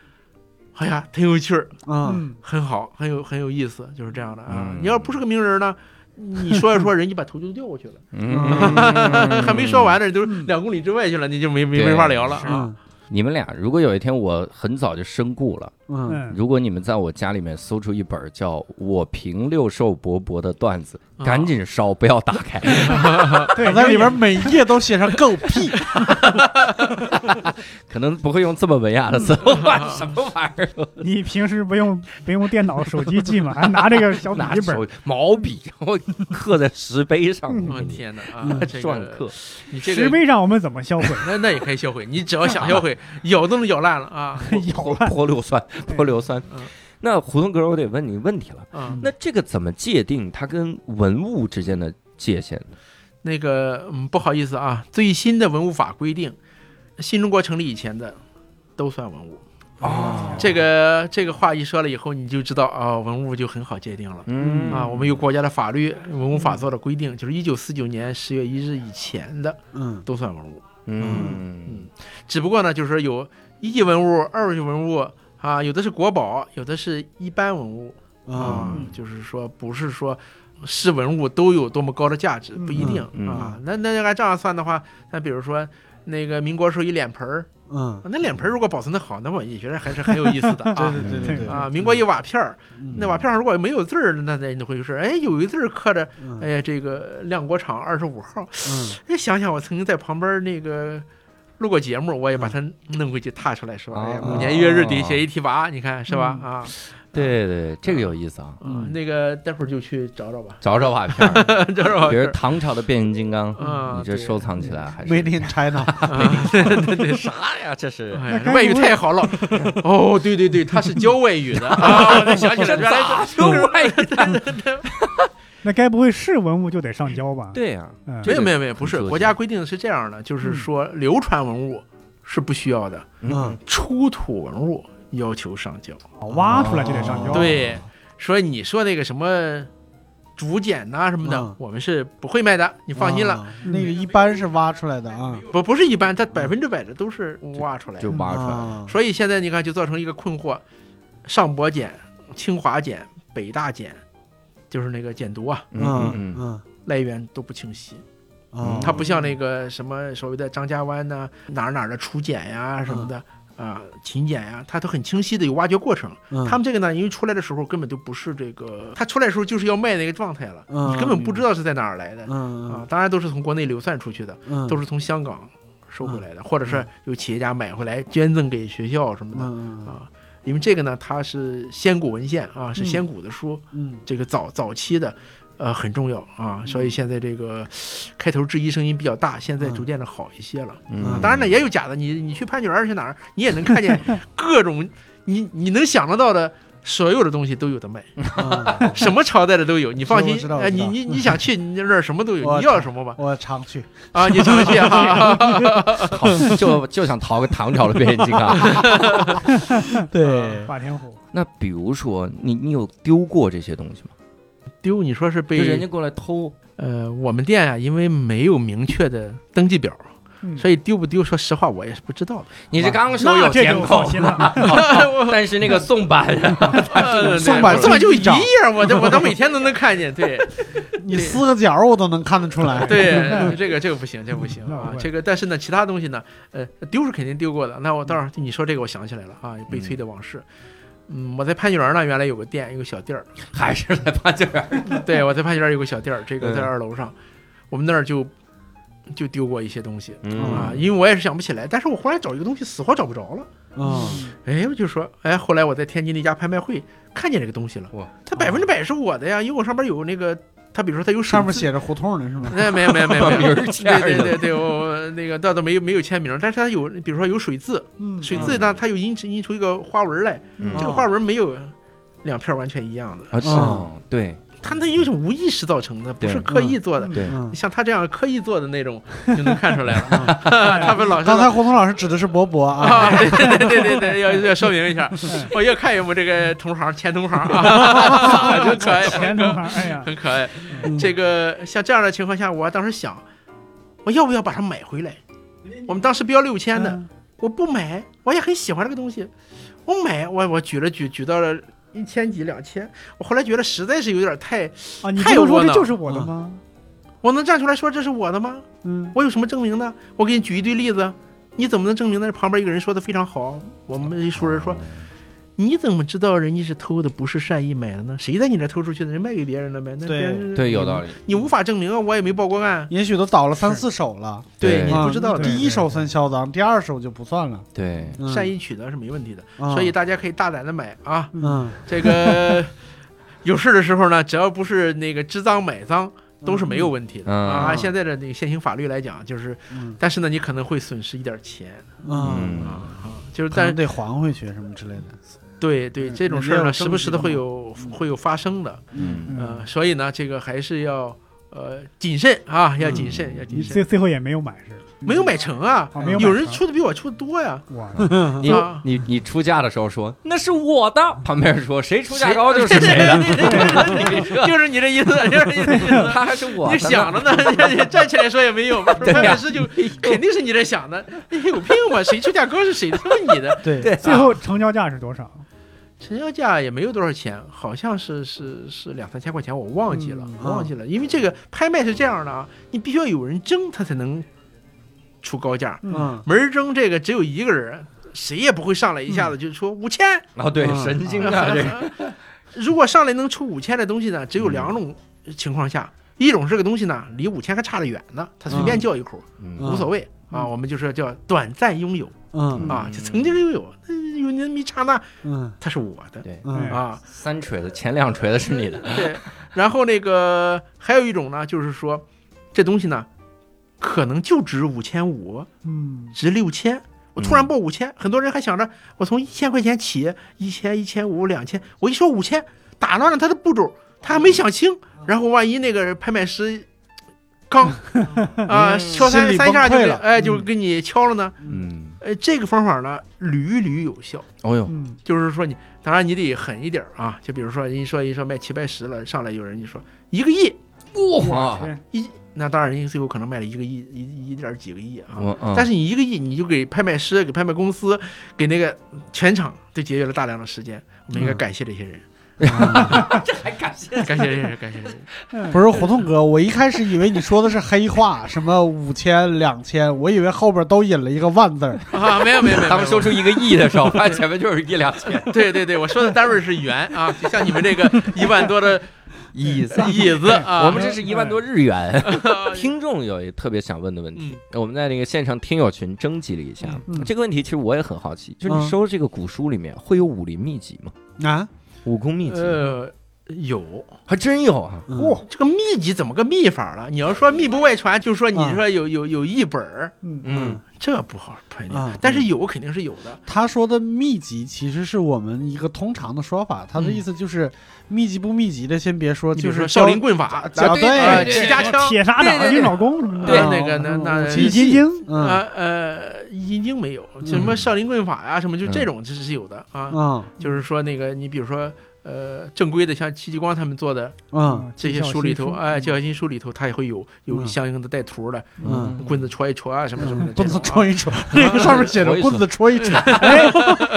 哎呀，挺有趣儿，嗯，嗯，啊很好，很有很有意思，就是这样的啊嗯。你要不是个名人呢，你说着说，人家把头就掉过去了， 嗯还没说完呢，都两公里之外去了，你就没没没法聊了啊。嗯你们俩如果有一天我很早就身故了，嗯嗯，如果你们在我家里面搜出一本叫《我凭六兽伯伯的段子》，啊赶紧烧，不要打 开。对，我因在为里边每页都写上狗屁，可能不会用这么文雅的 词，哇什么玩意儿？你平时不用不用电脑、手机记吗？还拿这个小 笔拿记本手毛笔，然后刻在石碑上，我天哪啊嗯，这篆个刻。你这石个碑上我们怎么销毁？那那也可以销毁，你只要想 销毁，咬都能咬烂了啊泼泼硫酸，泼硫酸嗯。那胡同哥，我得问你问题了。啊！那这个怎么界定它跟文物之间的界限呢？那个，嗯，不好意思啊，最新的文物法规定，新中国成立以前的都算文物。哦这个这个话一说了以后，你就知道啊、文物就很好界定了。嗯啊，我们有国家的法律《文物法》做的规定，就是一九四九年十月一日以前的嗯都算文物。嗯只不过呢，就是说有一级文物、二级文物啊，有的是国宝，有的是一般文物啊嗯啊，就是说不是说是文物都有多么高的价值，不一定嗯嗯啊。那那要按这样算的话，那比如说那个民国时候一脸盆儿，嗯，那脸盆儿如果保存的好，那我也觉得还是很有意思的 对啊。对对对对啊，民国一瓦片儿，嗯那瓦片上如果没有字儿，那那你会说，哎，有一字儿刻着，嗯哎呀，这个亮国厂二十五号。嗯哎，想想我曾经在旁边那个录过节目，我也把它弄回去踏出来说，哎呀，哦五年一月日底写一提拔，你看是吧？啊，对对，这个有意思啊，嗯嗯那个待会儿就去找找 吧，找找瓦片儿，找找吧。 哎比如唐朝的变形金刚，嗯你这对收藏起来还 是，Made in China，这啥呀？这是哎那呀该外语不会太好了，哦，对对对，它是教外语的啊！我才想起来，原来是外语？那该不会是文物就得上交吧？，对呀，嗯没有没有没有，不是很熟悉国家规定是这样的，就是说流传文物是不需要的，嗯出土文物要求上交。挖出来就得上交。哦对，说你说那个什么竹简呐、什么的，嗯我们是不会卖的，你放心了。啊，那个一般是挖出来的啊，不不是一般，它百分之百的都是挖出来就的。挖出来。啊所以现在你看，就造成一个困惑：上博简、清华简、北大简，就是那个简牍啊，嗯嗯嗯嗯来源都不清晰。啊，嗯它不像那个什么所谓的张家湾呐、哪儿哪儿的楚简呀、什么的。啊，秦简呀，它都很清晰的有挖掘过程。他他们这个呢，因为出来的时候根本就不是这个，它出来的时候就是要卖那个状态了。们你根本不知道是在哪儿来的啊嗯，当然都是从国内流散出去的，嗯都是是从香港收回来的，或者是有企业家买回来捐赠给学校什么的嗯啊。因为这个呢，它是先古文献啊，是先古的书，嗯这个早早期的，呃，很重要啊。所以现在这个开头质疑声音比较大，现嗯在逐渐的好一些了。嗯，啊当然了，也有假的，你你去潘家园去哪儿，你也能看 见各种你你能想得到的。所有的东西都有的卖， 嗯 什么朝代的都有，你放心我。知道我哎，知你道你你想去，你那儿什么都有，我你要什么吧？我常去，啊，你常去 啊。好 就就想逃个唐朝的变形金刚。对，霸天虎，那比如说，你你有丢过这些东西吗？丢，你说是就被人家过来偷，呃，我们店啊，因为没有明确的登记表，嗯所以丢不丢，说实话我也是不知道你这刚说有那这监就放控，心了。 但是那个宋版 的。宋版这么就一一张页，我 这我这每天都能看见。对你撕个角儿我都能看得出 来。对，这个这个不行，这个不行那我啊。问这个但是呢，其他东西呢，呃，丢是肯定丢过的。那我倒是你说这个，我想起来了啊，悲催的往事。嗯，我在潘家园呢，原来有个店，有个小店儿。还是在潘家园儿 对，我在潘家园有个小店儿，这个在嗯二楼上，我们那儿就就丢过一些东西啊嗯，因为我也是想不起来，但是我后来找一个东西，死活找不着了。嗯，哎，我就说，哎，后来我在天津那家拍卖会看见这个东西了，哇，哦它百分之百是我的呀，因为我上边有那个，它比如说它有水上面渍，写着胡同呢，是吗？哎，没有没有没有没 名有，儿签对儿对的对对，我我那个倒倒没有没有签名，但是它有，比如说有水渍，嗯水渍呢，它有印印出一个花纹来，嗯这个花纹没有两片完全一样的，啊是啊，对它那又是无意识造成的，不是对刻意做的。对，嗯，像他这样刻意做的那种，就能看出来嗯了。他们老是刚才胡同老师指的是博博啊，啊，对对对对对对，要要说明一下，嗯我越看越我这个同行前同行啊， 很可爱，前头行，哎呀，很可爱。嗯这个像这样的情况下，我当时想，我要不要把它买回来？我们当时标六千嗯的，我不买，我也很喜欢这个东西，我买，我我举了举举到了一千几两千，我后来觉得实在是有点太，啊，你太不能有说窝这囊就是我的吗？我能站出来说这是我的吗？嗯，我有什么证明呢？我给你举一堆例子，你怎么能证明呢？旁边一个人说的非常好，我们一熟人说，你怎么知道人家是偷的，不是善意买的呢？谁在你这偷出去的？人卖给别人了呗？那对别人对有道理，你无法证明啊，我也没报过案。也许都倒了三四手了，对你啊不知道你的第一手算销赃，第二手就不算了。对，嗯善，意取得是没问题的，啊所以大家可以大胆的买啊。嗯，这 个有事的时候呢，只要不是那个知赃买赃，都是没有问题的、嗯啊。嗯现在的那个现行法律来讲，就是，嗯但是呢，你可能会损失一点钱嗯，嗯，啊，就是可但能得还回去什么之类的。对对，嗯这种你事儿要呢，有时证不据时的的会嘛有嗯会有发生的，嗯，呃，所以呢，这个还是要呃谨慎啊，要谨慎，要谨你慎。最最后也没有买是吧？没有买成啊哦没有，买有人成出的比我出的多呀。我你啊你你出价的时候说那是我的，旁边说谁出价谁高就是谁的， 对对对对 对就是你这意思，就是你这意思。他还是我的你呢，想着呢，你你站起来说也没用， 对呀范老师就肯定是你这想的，你有病吧？谁出价高是谁的？是你的。对对最后成交价是多少？成交价也没有多少钱，好像是是是两三千块钱，我忘记了，嗯我忘记了。因为这个拍卖是这样的啊，你必须要有人争，他才能出高价。嗯，没人争这个只有一个人，谁也不会上来一下子就说五千。哦对，嗯神经啊嗯这个， 如果上来能出五千的东西呢，只有两种嗯情况下，一种是这个东西呢离五千还差得远呢，他随便叫一口、嗯无所谓。啊，我们就说叫短暂拥有嗯啊，嗯就曾经拥有，呃有那么一刹那，嗯它是我的对，嗯啊。三锤子前两锤子是你的，对，然后那个还有一种呢，就是说这东西呢，可能就值五千五，嗯，值六千。我突然嗯报五千、很多人还想着我从一千块钱起，一千、一千五、两千，我一说五千，打乱了他的步骤，他还没想清。然后万一那个拍卖师 刚啊嗯敲心三里三下就崩溃给了嗯哎就给你敲了呢，嗯，呃这个方法呢屡屡有效。哦呦，嗯，就是说你，当然你得狠一点儿啊。就比如说，人家说一说卖七百十了，上来有人就说一个亿，哇，天一那当然人家最后可能卖了一个亿一一点几个亿啊。我嗯但是你一个亿，你就给拍卖师、给拍卖公司、给那个全场都节约了大量的时间。我们应该感谢这些人，还感谢 感谢这些人，感谢这些人。嗯哎不是胡同哥，我一开始以为你说的是黑话，什么五千、两千，我以为后边都引了一个万字儿。 啊，没有没有没有，他们说出一个亿的时候，发现 前面就是一两千，对对对，我说的单位是元啊，就像你们这个一万多的椅子。椅子 啊，我们这是一万多日元。这听众有一特别想问的问题，嗯我们在那个现场听友群征集了一下嗯这个问题，其实我也很好奇，就是你嗯收这个古书里面会有武林秘籍吗？啊，武功秘籍呃有还真有啊！嗯哇，这个秘籍怎么个秘法了？你要说秘不外传，就说你啊说有有有一本儿，嗯嗯，这不好判定啊。但是有肯定是有的，他说的秘籍其实是我们一个通常的说法，他的意思就是秘籍不秘籍的先别说，你比就如说是少林棍棍法，脚对呃，对对齐家枪，哎铁砂对对掌、对鹰爪功什么对的，那个那那五易七筋经，经，嗯呃呃，易经没有，就什么嗯少林棍法呀，什么就这嗯种这是有的啊。嗯就是说那个你比如说呃正规的，像戚继光他们做的嗯这些书里头，嗯 哎，教小新书里头，它也会有有嗯相应的带图的，嗯棍子戳一戳啊，什么什么的不这能种啊。戳一戳，那个上面写着棍子戳一戳，哎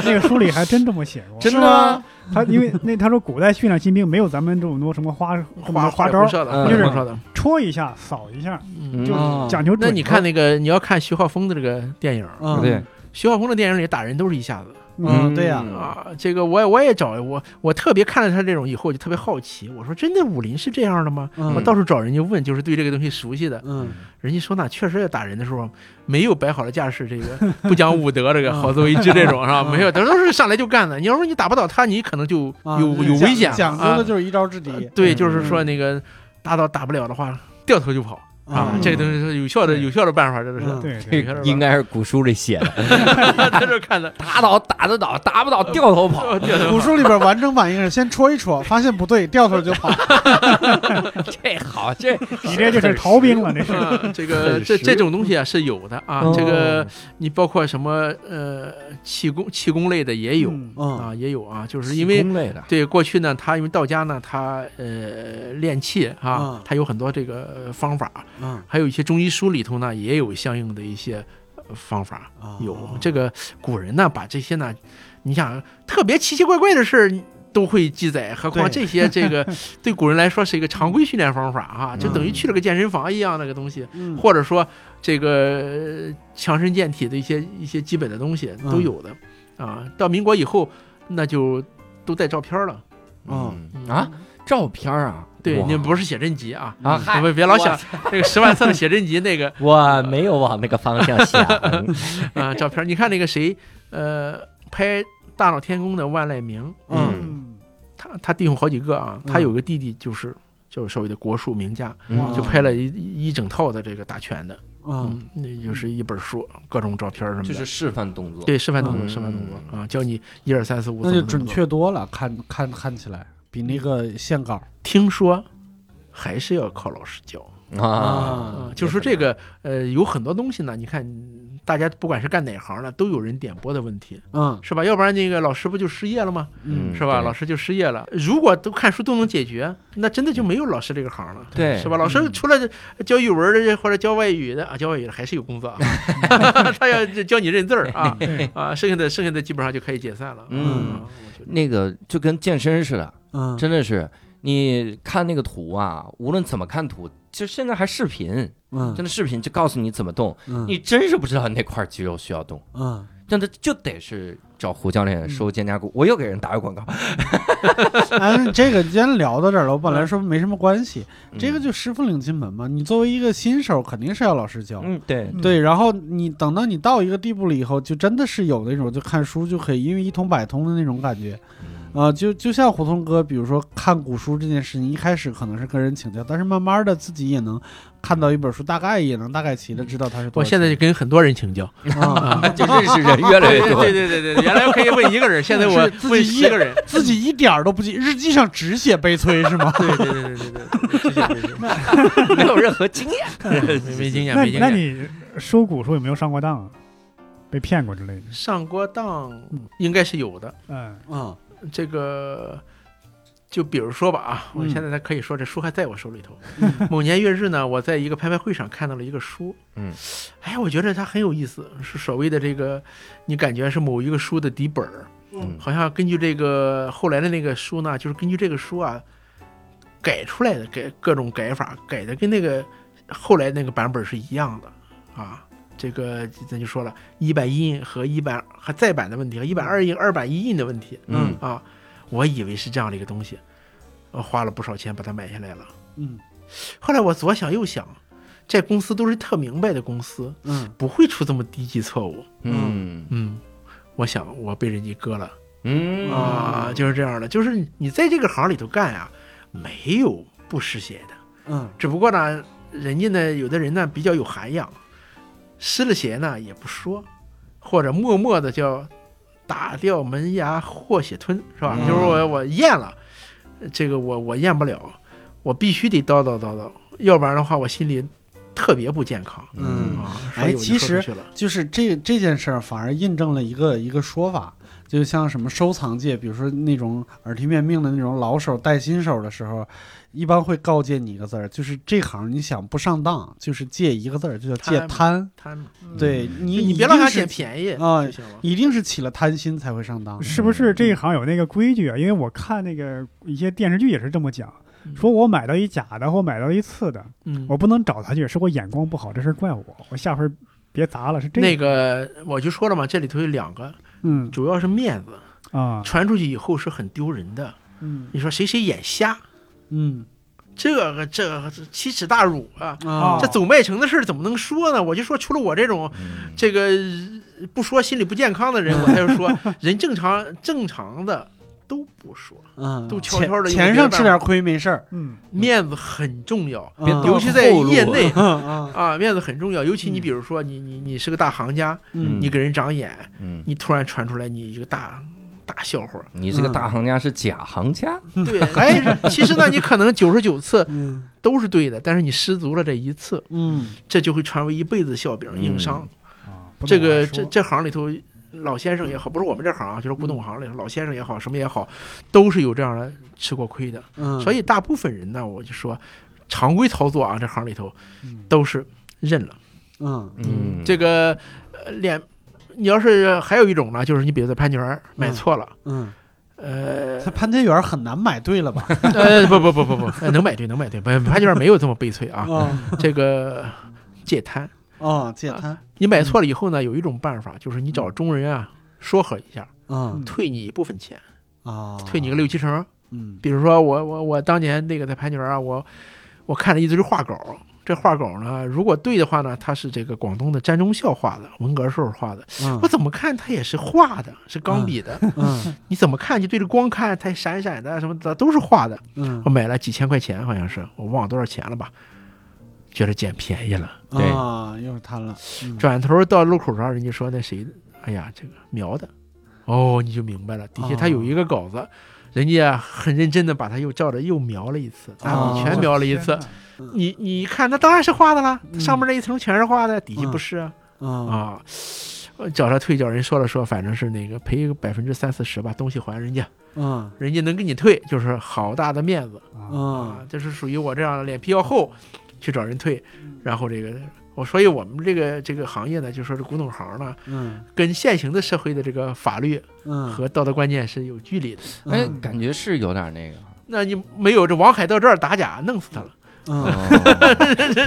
那个书里还真这么写 过。真的吗？他因为那他说古代训练新兵没有咱们这么多什么花什么花花红招，色嗯的，就就是是红色的。戳一下、扫一下，嗯就嗯讲究准。那你看，那个，你要看徐浩峰的这个电影，嗯对，徐浩峰的电影里打人都是一下子嗯对呀，嗯啊。这个我也我也找我我特别看了他这种以后，我就特别好奇，我说真的武林是这样的吗？嗯我到处找人家问，就是对这个东西熟悉的，嗯人家说那确实在打人的时候没有摆好的架势，这个 不讲武德，这个好自为之这种是吧？嗯没有，他都是上来就干的。你要说你打不倒他，你可能就啊有有讲危险讲究啊的就是一招制敌对，嗯就是说那个打倒打不了的话，掉头就跑啊，嗯这个东西是有效的对啊有效的办法，这都是。嗯对对这个应该是古书里写的， 在这看的，打倒打得倒，打不倒掉头跑，哦掉头古跑书嗯里边完整版应该是先戳一戳，发现不对，掉 头就跑。这好，这你这就是逃兵了，这是。嗯这个这这种东西啊是有的啊，哦这个你包括什么呃气功气功类的也有、嗯嗯啊，也有啊，就是是因为类的，对，过去呢，他因为道家呢，他呃练气啊嗯，他有很多这个呃方法，嗯还有一些中医书里头呢，也有相应的一些呃方法。哦啊有这个古人呢，把这些呢，你想特别奇奇怪怪的事儿都会记载，何况对这些这 个对古人来说是一个常规训练方法啊，就等于去了个健身房一样那个东西，嗯或者说这个呃强身健体的一些一些基本的东西都嗯有的啊。到民国以后，那就都带照片了。嗯啊，，照片啊，对，哇您不是写真集啊，啊，嗨别别老想 那个十万册的写真集那个 我没有往那个方向想，嗯啊照片。你看那个谁，呃，拍《大闹天宫》的万籁鸣，嗯嗯，他他弟兄好几个啊，嗯他有个弟弟就是就是所谓的国术名家，嗯就拍了一一整套的这个打拳的，嗯，嗯，那就是一本书，各种照片什么的，就是示范动作，对示范动作，嗯示范动作啊，教你一二三四五，那就怎么怎准么做。确多了，看看看起来比那个线稿听说还是要靠老师教。啊啊，，就是这个呃，有很多东西呢，你看大家不管是干哪行的，都有人点拨的问题，嗯是吧？要不然那个老师不就失业了吗？嗯是吧？对老师就失业了。如果都看书都能解决，那真的就没有老师这个行了。对是吧？老师嗯除了教语文的或者教外语的啊，教外语的还是有工 作啊，他要教你认字儿 啊啊，剩下的剩下的基本上就可以解散了。嗯啊，我觉得那个就跟健身似的，嗯，真的是。你看那个图啊，无论怎么看图，就现在还视频，嗯真的视频就告诉你怎么动，嗯你真是不知道那块肌肉需要动，嗯真的就得是找胡教练收肩胛骨。我又给人打个广告，哎，这个既然聊到这儿了，我嗯本来说没什么关系，嗯这个就师傅领进门嘛。你作为一个新手，肯定是要老师教。嗯对，嗯对，然后你等到你到一个地步了以后，就真的是有那种就看书就可以，因为一通百通的那种感觉，嗯啊、就就像胡同哥，比如说看古书这件事情，一开始可能是跟人请教，但是慢慢的自己也能看到一本书，大概也能大概齐的知道它是多我少钱。现在就跟很多人请教，啊、就认识人越来越 多。对对对对对，原来我可以问一个人，现在我是自己问一十个人。自己一点儿都不记，日记上只写悲催是吗？对对对对对对对对没有任何经验，对，没经验，那没你经那验。你收古时候有没有上过当啊？被骗过之类的？上过当应该是有的，嗯， 嗯这个就比如说吧啊，我现在还可以说这书还在我手里头。嗯 某年月日呢，我在一个拍卖会上看到了一个书，嗯，哎，我觉得它很有意思，是所谓的这个，你感觉是某一个书的底本儿，嗯好像根据这个后来的那个书呢，就是根据这个书啊改出来的，改各种改法改的跟那个后来那个版本是一样的啊。这个咱就说了，一版一印和一版和再版的问题，和一版二印、二版一印的问题嗯啊，我以为是这样的一个东西，呃花了不少钱把它买下来了。嗯后来我左想右想，这公司都是特明白的公司，嗯不会出这么低级错误。嗯嗯，我想我被人家割了嗯啊，就是这样的，就是你在这个行里头干啊，没有不湿鞋的，嗯只不过呢，人家呢有的人呢比较有涵养，湿了鞋呢也不说，或者默默的叫打掉门牙或血吞，是吧？嗯就是我我咽了，这个我我咽不了，我必须得叨叨叨叨，要不然的话我心里特别不健康。嗯，啊，哎所以我就其实说出去了就是这这件事儿反而印证了一个一个说法，就像什么收藏界，比如说那种耳提面命的那种老手带新手的时候，一般会告诫你一个字儿，就是这行你想不上当，就是戒一个字儿，就叫戒贪贪。贪嘛，嗯对你，你一别老定想是捡便宜啊就行了。一定是起了贪心才会上当。是不是这一行有那个规矩啊？因为我看那个一些电视剧也是这么讲，说我买到一假的或买到一次的，嗯，哦我不能找他去，是我眼光不好，这事儿怪我，我下回别砸了，是这那个我就说了嘛，这里头有两个，嗯主要是面子，啊传出去以后是很丢人的。嗯你说谁谁眼瞎，嗯这个这个这奇耻大辱啊！啊，这走麦城的事儿怎么能说呢？我就说，除了我这种嗯这个呃不说心理不健康的人，我才会说人正常正常的都不说，嗯，都悄钱悄地用钱别的上办吃点亏没事儿，嗯面子很重要，别啊丢尤其在后路业内 啊，啊，面子很重要。尤其你嗯比如说，你你你是个大行家，嗯你给人长眼，嗯，你突然传出来你一个大大笑话，你这个大行家是假行家，对，哎，其实呢，你可能九十九次嗯都是对的，但是你失足了这一次，嗯这就会传为一辈子笑柄，硬伤。啊，不能这个乱说这这行里头，老先生也好，不是我们这行啊，就是古嗯董行里头，老先生也好，什么也好，都是有这样的吃过亏的。嗯，所以大部分人呢，我就说，常规操作啊，这行里头嗯都是认了。嗯嗯，这个呃脸，你要是还有一种呢，就是你比如在潘家园买错了，嗯，呃， 他潘家园很难买对了吧？呃，不不不不不，呃能买对能买对，潘潘家园没有这么悲催 啊。啊这个戒贪，啊，戒贪你买错了以后呢，有一种办法，就是你找中人啊说和一下，啊嗯退你一部分钱，啊，退你个六七成。嗯比如说我我我当年那个在潘家园啊，我我看了一堆画稿，这画稿呢，如果对的话呢，它是这个广东的詹忠孝画的，文革时候画的，嗯我怎么看它也是画的，是钢笔的，嗯你怎么看就对着光看它闪闪的什么的都是画的，嗯 我买了几千块钱，好像是我忘了多少钱了吧，觉得捡便宜了。对啊，又是贪了，嗯转头到路口上，人家说那谁，哎呀，这个苗的，哦，你就明白了。底下他有一个稿哦子，人家很认真的把他又照着又描了一次，啊，哦全描了一次。天哪你你看，那当然是画的啦，嗯上面那一层全是画的，底下不是啊、啊啊。我找他退，叫人说了说，反正是那个赔个百分之三四十吧，东西还人家，嗯人家能给你退，就是好大的面子。啊嗯啊，这是属于我这样的脸皮要厚，去找人退，嗯然后这个我，所以我们这个这个行业呢，就说是古董行呢，嗯跟现行的社会的这个法律嗯，和道德观念是有距离的。哎，感觉是有点那个，那你没有这王海到这儿打假，弄死他了。嗯。哦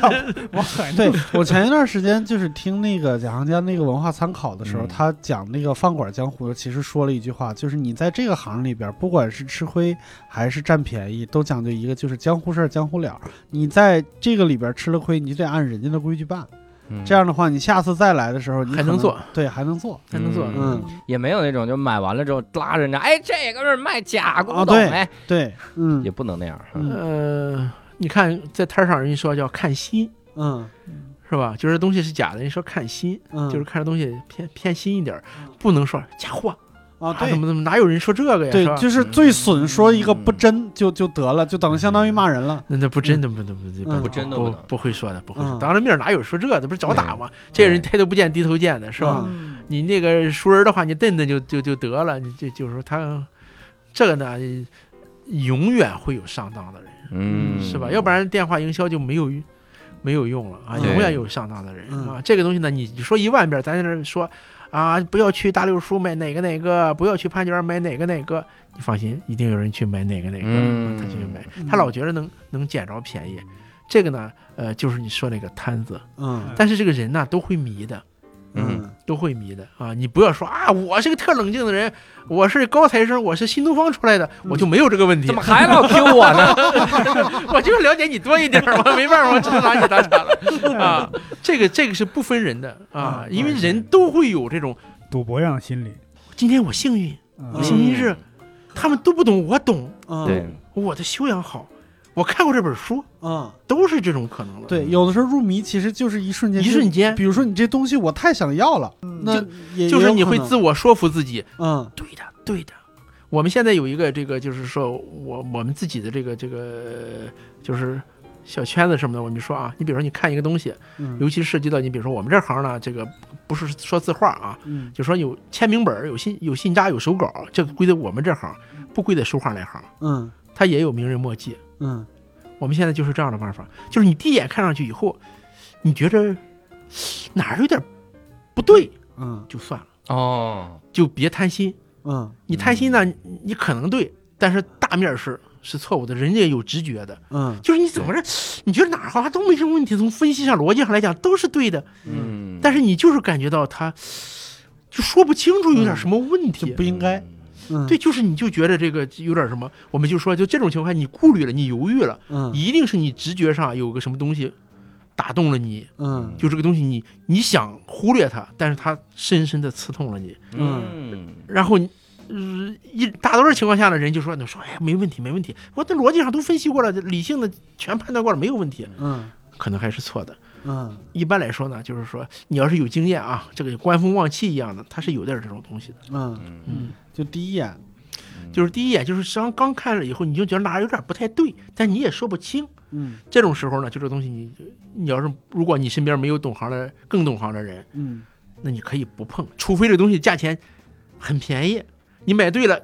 我很对我前一段时间就是听那个贾行家那个文化参考的时候，嗯他讲那个饭馆江湖，其实说了一句话，就是你在这个行里边，不管是吃亏还是占便宜，都讲究一个，就是江湖事儿江湖了。你在这个里边吃了亏，你就得按人家的规矩办。嗯这样的话，你下次再来的时候，你还可能做，对，还能做。才能做嗯嗯，也没有那种就买完了之后拉人家，哎，这个是卖假古啊董，对哎，对，嗯也不能那样，嗯呃，你看在摊儿上人家说叫看心，嗯是吧？就是东西是假的，人家说看心，嗯，就是看这东西偏偏心一点儿嗯，不能说假货啊，啊，对怎么怎么，哪有人说这个呀？是吧对，就是最损说一个不真就就得了，就等于相当于骂人了。那那不真的不不不嗯不真的不不能不会说的，不会嗯说。当着面哪有说这的？这不是找打吗？这人抬头不见低头见的，是吧？嗯你那个熟人的话，你瞪瞪就就就得了。你这就是说他这个呢，永远会有上当的人，嗯，是吧？要不然电话营销就没有没有用了啊！对永远有上当的人嗯啊！这个东西呢，你你说一万遍，咱在那儿说啊，不要去大六叔买哪个哪个，不要去潘家园买哪个哪个。你放心，一定有人去买哪个哪个，嗯他就去买。他老觉得能能捡着便宜，这个呢，呃，就是你说那个摊子， 嗯但是这个人呐都会迷的，嗯都会迷的啊！你不要说啊，我是个特冷静的人，我是高材生，我是新东方出来的，嗯我就没有这个问题怎么，还老 Q 我呢？ 我就是了解你多一点儿，我没办法，我只能拿你打岔 了啊！这个这个是不分人的啊，因为人都会有这种，赌博一样的心理。今天我幸运，我嗯幸运是他们都不懂，我懂，嗯， 对，我的修养好，我看过这本书，嗯，都是这种可能了。对，有的时候入迷其实就是一瞬间，一瞬间就比如说你这东西我太想要了，嗯那也就是也你有可会能自我说服自己，嗯对的，对的。我们现在有一个这个，就是说我我们自己的这个这个就是小圈子什么的，我们说啊，你比如说你看一个东西，嗯尤其涉及到你比如说我们这行呢，这个不是说字画啊，嗯就说有签名本儿、有信有信札、有手稿，这个归在我们这行，不归在书画那行，嗯它也有名人墨迹。嗯我们现在就是这样的办法，就是你第一眼看上去以后，你觉着 哪儿有点不对，嗯就算了，哦，就别贪心。嗯你贪心呢，你你可能对，但是大面儿是是错误的，人家有直觉的，嗯就是你怎么着，你觉得哪儿好像都没什么问题，从分析上、逻辑上来讲都是对的，嗯，但是你就是感觉到他就说不清楚有点什么问嗯就题。不应该，嗯对，就是你就觉得这个有点什么，我们就说，就这种情况下，你顾虑了，你犹豫了，嗯一定是你直觉上有个什么东西打动了你，嗯就这个东西你你想忽略它，但是它深深的刺痛了你。嗯，然后你，呃，一大多数情况下呢，人就说，你说，哎呀，没问题，没问题，我这逻辑上都分析过了，理性的全判断过了，没有问题，嗯可能还是错的。嗯一般来说呢，就是说，你要是有经验啊，这个观风望气一样的，它是有点这种东西的。嗯，嗯，就第一眼，就是第一眼就是刚刚看了以后，你就觉得哪儿有点不太对，但你也说不清。嗯这种时候呢，就这东西你，你要是如果你身边没有懂行的、更懂行的人，嗯那你可以不碰，除非这东西价钱很便宜，你买对了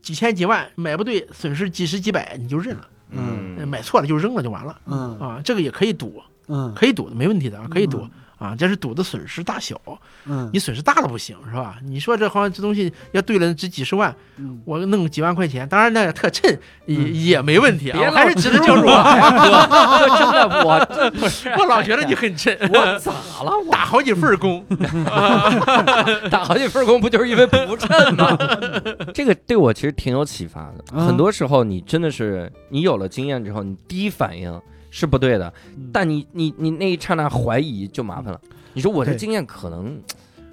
几千几万，买不对损失几十几百你就认了，呃嗯，买错了就扔了就完了嗯啊。这个也可以赌，嗯可以赌的，没问题的啊，可以嗯赌。啊，这是赌的损失大小，嗯你损失大了不行是吧？你说这好像这东西要对了值几十万，嗯我弄几万块钱，当然那也特衬也、也没问题嗯啊，别我还是 老值得指庆祝啊。哥，哥真的我这不是我老觉 得你很 衬，我咋了？我打好几份工， 打好几份工不就是因为不称吗？ 这个对我其实挺有启发的。啊很多时候，你真的是你有了经验之后，你第一反应是不对的，嗯但你你你那一刹那怀疑就麻烦了。你说我这对经验可能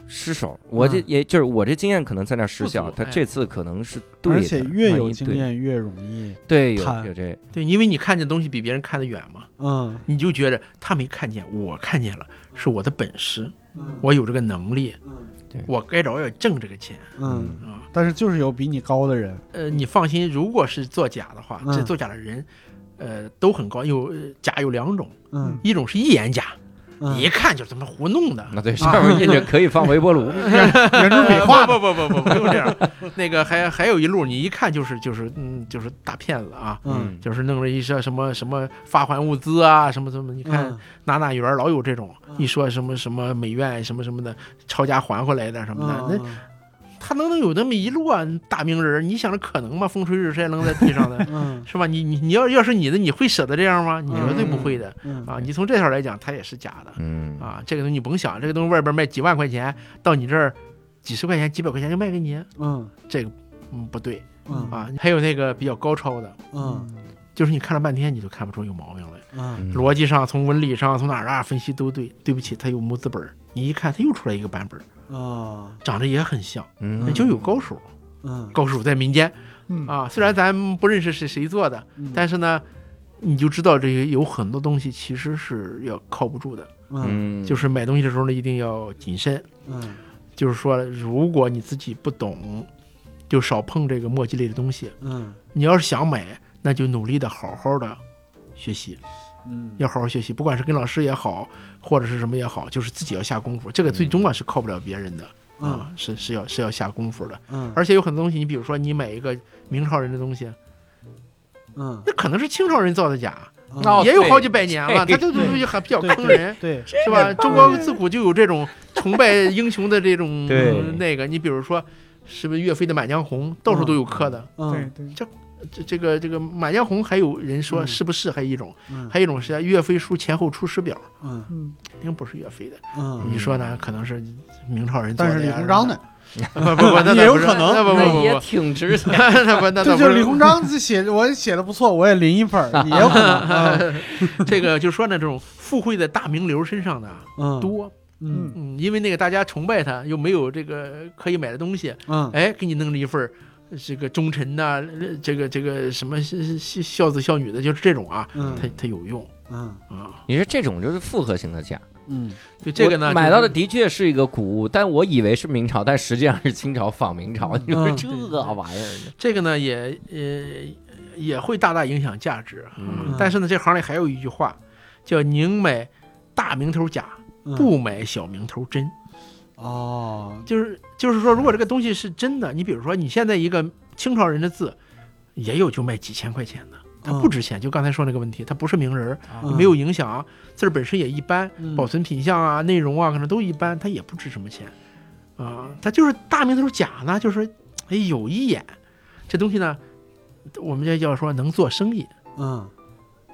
失手，我这嗯也就是我这经验可能在那儿啊失效不，足他哎这次可能是对的，而且越万有一经对，验越容易，对有贪有这，对，因为你看见东西比别人看得远嘛。嗯你就觉着他没看见，我看见了，是我的本事，嗯我有这个能力，对我该着要挣这个钱嗯，啊。但是就是有比你高的人，呃，你放心，如果是作假的话，嗯这作假的人，呃，都很高，有呃假有两种，嗯一种是一眼假，嗯一看就是他妈胡弄的。那对上面印着可以放微波 炉，原著美化呃不不不不不，不用这样。 那个还还有一路，你一看就是就是嗯就是大骗子啊，嗯就是弄了一些什么什么发还物资啊，什么什么，你看嗯哪哪园儿老有这种嗯，一说什么什么美院什么什么的，抄家还回来的什么的，嗯那他能能有那么一路啊大名人儿，你想着可能吗？风吹日晒扔在地上的， 嗯是吧？你你你要要是你的，你会舍得这样吗？你绝对不会的嗯啊！你从这条来讲，它也是假的嗯啊！这个东西你甭想，这个东西外边卖几万块钱，到你这儿几十块钱、几百块钱就卖给你，嗯这个嗯不对 嗯啊！还有那个比较高超的，嗯就是你看了半天你就看不出有毛病来。嗯嗯逻辑上、从文理上、从哪儿啊分析都对。对不起，他有模子本儿，你一看他又出来一个版本儿，啊长得也很像，嗯就有高手。嗯高手在民间嗯，啊，虽然咱不认识是谁做的，嗯但是呢，你就知道这个有很多东西其实是要靠不住的。嗯嗯就是买东西的时候呢，一定要谨慎。嗯就是说，如果你自己不懂，就少碰这个墨迹类的东西。嗯你要是想买，那就努力的好好的学习。嗯要好好学习，不管是跟老师也好，或者是什么也好，就是自己要下功夫。这个最终啊是靠不了别人的嗯啊，是是要是要下功夫的。嗯而且有很多东西，你比如说你买一个明朝人的东西，嗯那可能是清朝人造的假，哦也有好几对百年了，这他这个东西还比较对坑人，对是吧？中国自古就有这种崇拜英雄的这种 对那个，你比如说。是不是岳飞的《满江红》到处都有刻的？对嗯对，这这个这个马家红还有人说嗯是不是？还有一种，嗯还有一种是叫岳飞书前后出师表，嗯嗯，肯定不是岳飞的。嗯，你说呢？可能是明朝人做但的呀，是李鸿章呢？ 不不不，那也有不是可能那不那不也不挺值不，钱。 那不那 这那就不是李是鸿章自写，我写的不错，我也淋一份儿，也有可 能。嗯 这个，就说呢，这种附会在大名流身上的啊嗯，多，嗯嗯，因为那个大家崇拜他，又没有这个可以买的东西，嗯哎，给你弄了一份儿这个忠臣呐、这个这个什么孝孝孝子孝女的，就是这种啊，嗯它它有用嗯啊。你说这种就是复合型的价，嗯就这个呢，我买到的的确是一个古物，但我以为是明朝，但实际上是清朝仿明朝。你说嗯这对玩意儿，这个呢也呃也会大大影响价值。啊嗯但是呢，这行里还有一句话，叫宁买大名头假，嗯不买小名头真。哦，就是就是说，如果这个东西是真嗯的，你比如说你现在一个清朝人的字，也有就卖几千块钱的，它不值钱。就刚才说那个问题，它不是名人儿，嗯没有影响，字儿本身也一般，嗯保存品相啊、内容啊，可能都一般，它也不值什么钱啊。它就是大名头假呢，就是说哎有一眼，这东西呢，我们就要说能做生意，嗯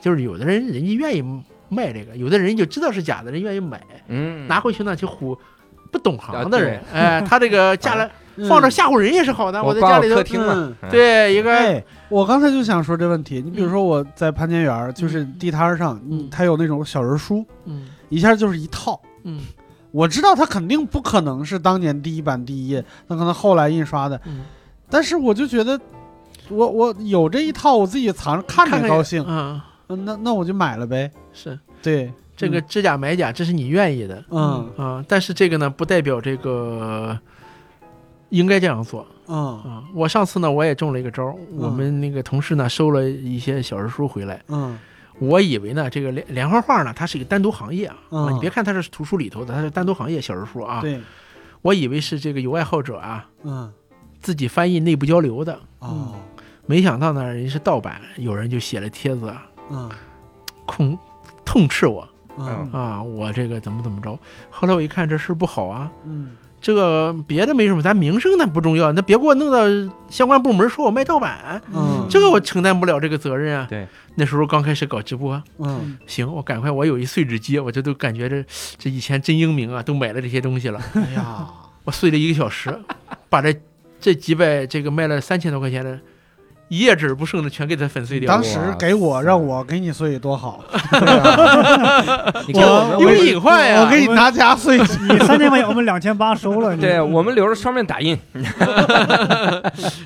就是有的人人家愿意卖这个，有的人就知道是假的，人愿意买，嗯，拿回去呢就唬不懂啊行的对啊人，哎，他 这个嫁了嗯放这吓唬人也是好的，我在挂家我里头客厅嘛，嗯嗯对一个哎，我刚才就想说这问题。你比如说我在潘家园儿，就是地摊儿上，嗯嗯它有那种小人书，嗯一下就是一套。嗯我知道它肯定不可能是当年第一版第一页，那可能后来印刷的。嗯，但是我就觉得，我我有这一套，我自己藏着看看着看高兴，嗯，嗯那那我就买了呗。是对，这个知假买假，这是你愿意的嗯啊、但是这个呢，不代表这个应该这样做啊、嗯我上次呢，我也中了一个招儿，我们那个同事呢收了一些小人书回来，嗯我以为呢，这个连连环画呢，它是一个单独行业啊。嗯啊你别看它是图书里头的，它是单独行业小人书啊。对，我以为是这个有爱好者啊嗯自己翻译内部交流的，哦没想到呢，人家是盗版，有人就写了帖子啊，嗯痛痛斥我嗯啊，我这个怎么怎么着。后来我一看这事儿不好啊，嗯这个别的没什么，咱名声那不重要，那别给我弄到相关部门说我卖盗版，嗯这个我承担不了这个责任啊。对，那时候刚开始搞直播，嗯行，我赶快，我有一碎纸机，我这都感觉这这以前真英明啊，都买了这些东西了。哎呀，我碎了一个小时，把这这几百这个卖了三千多块钱的，一页纸不剩的全给它粉碎掉当了。时给我哇塞让我给你碎多好，对啊你看我们嗯哦我有我们隐患哎呀！ 我给你拿夹 碎。你三千块钱，我们两千八收了。你对啊我们留着双面打印，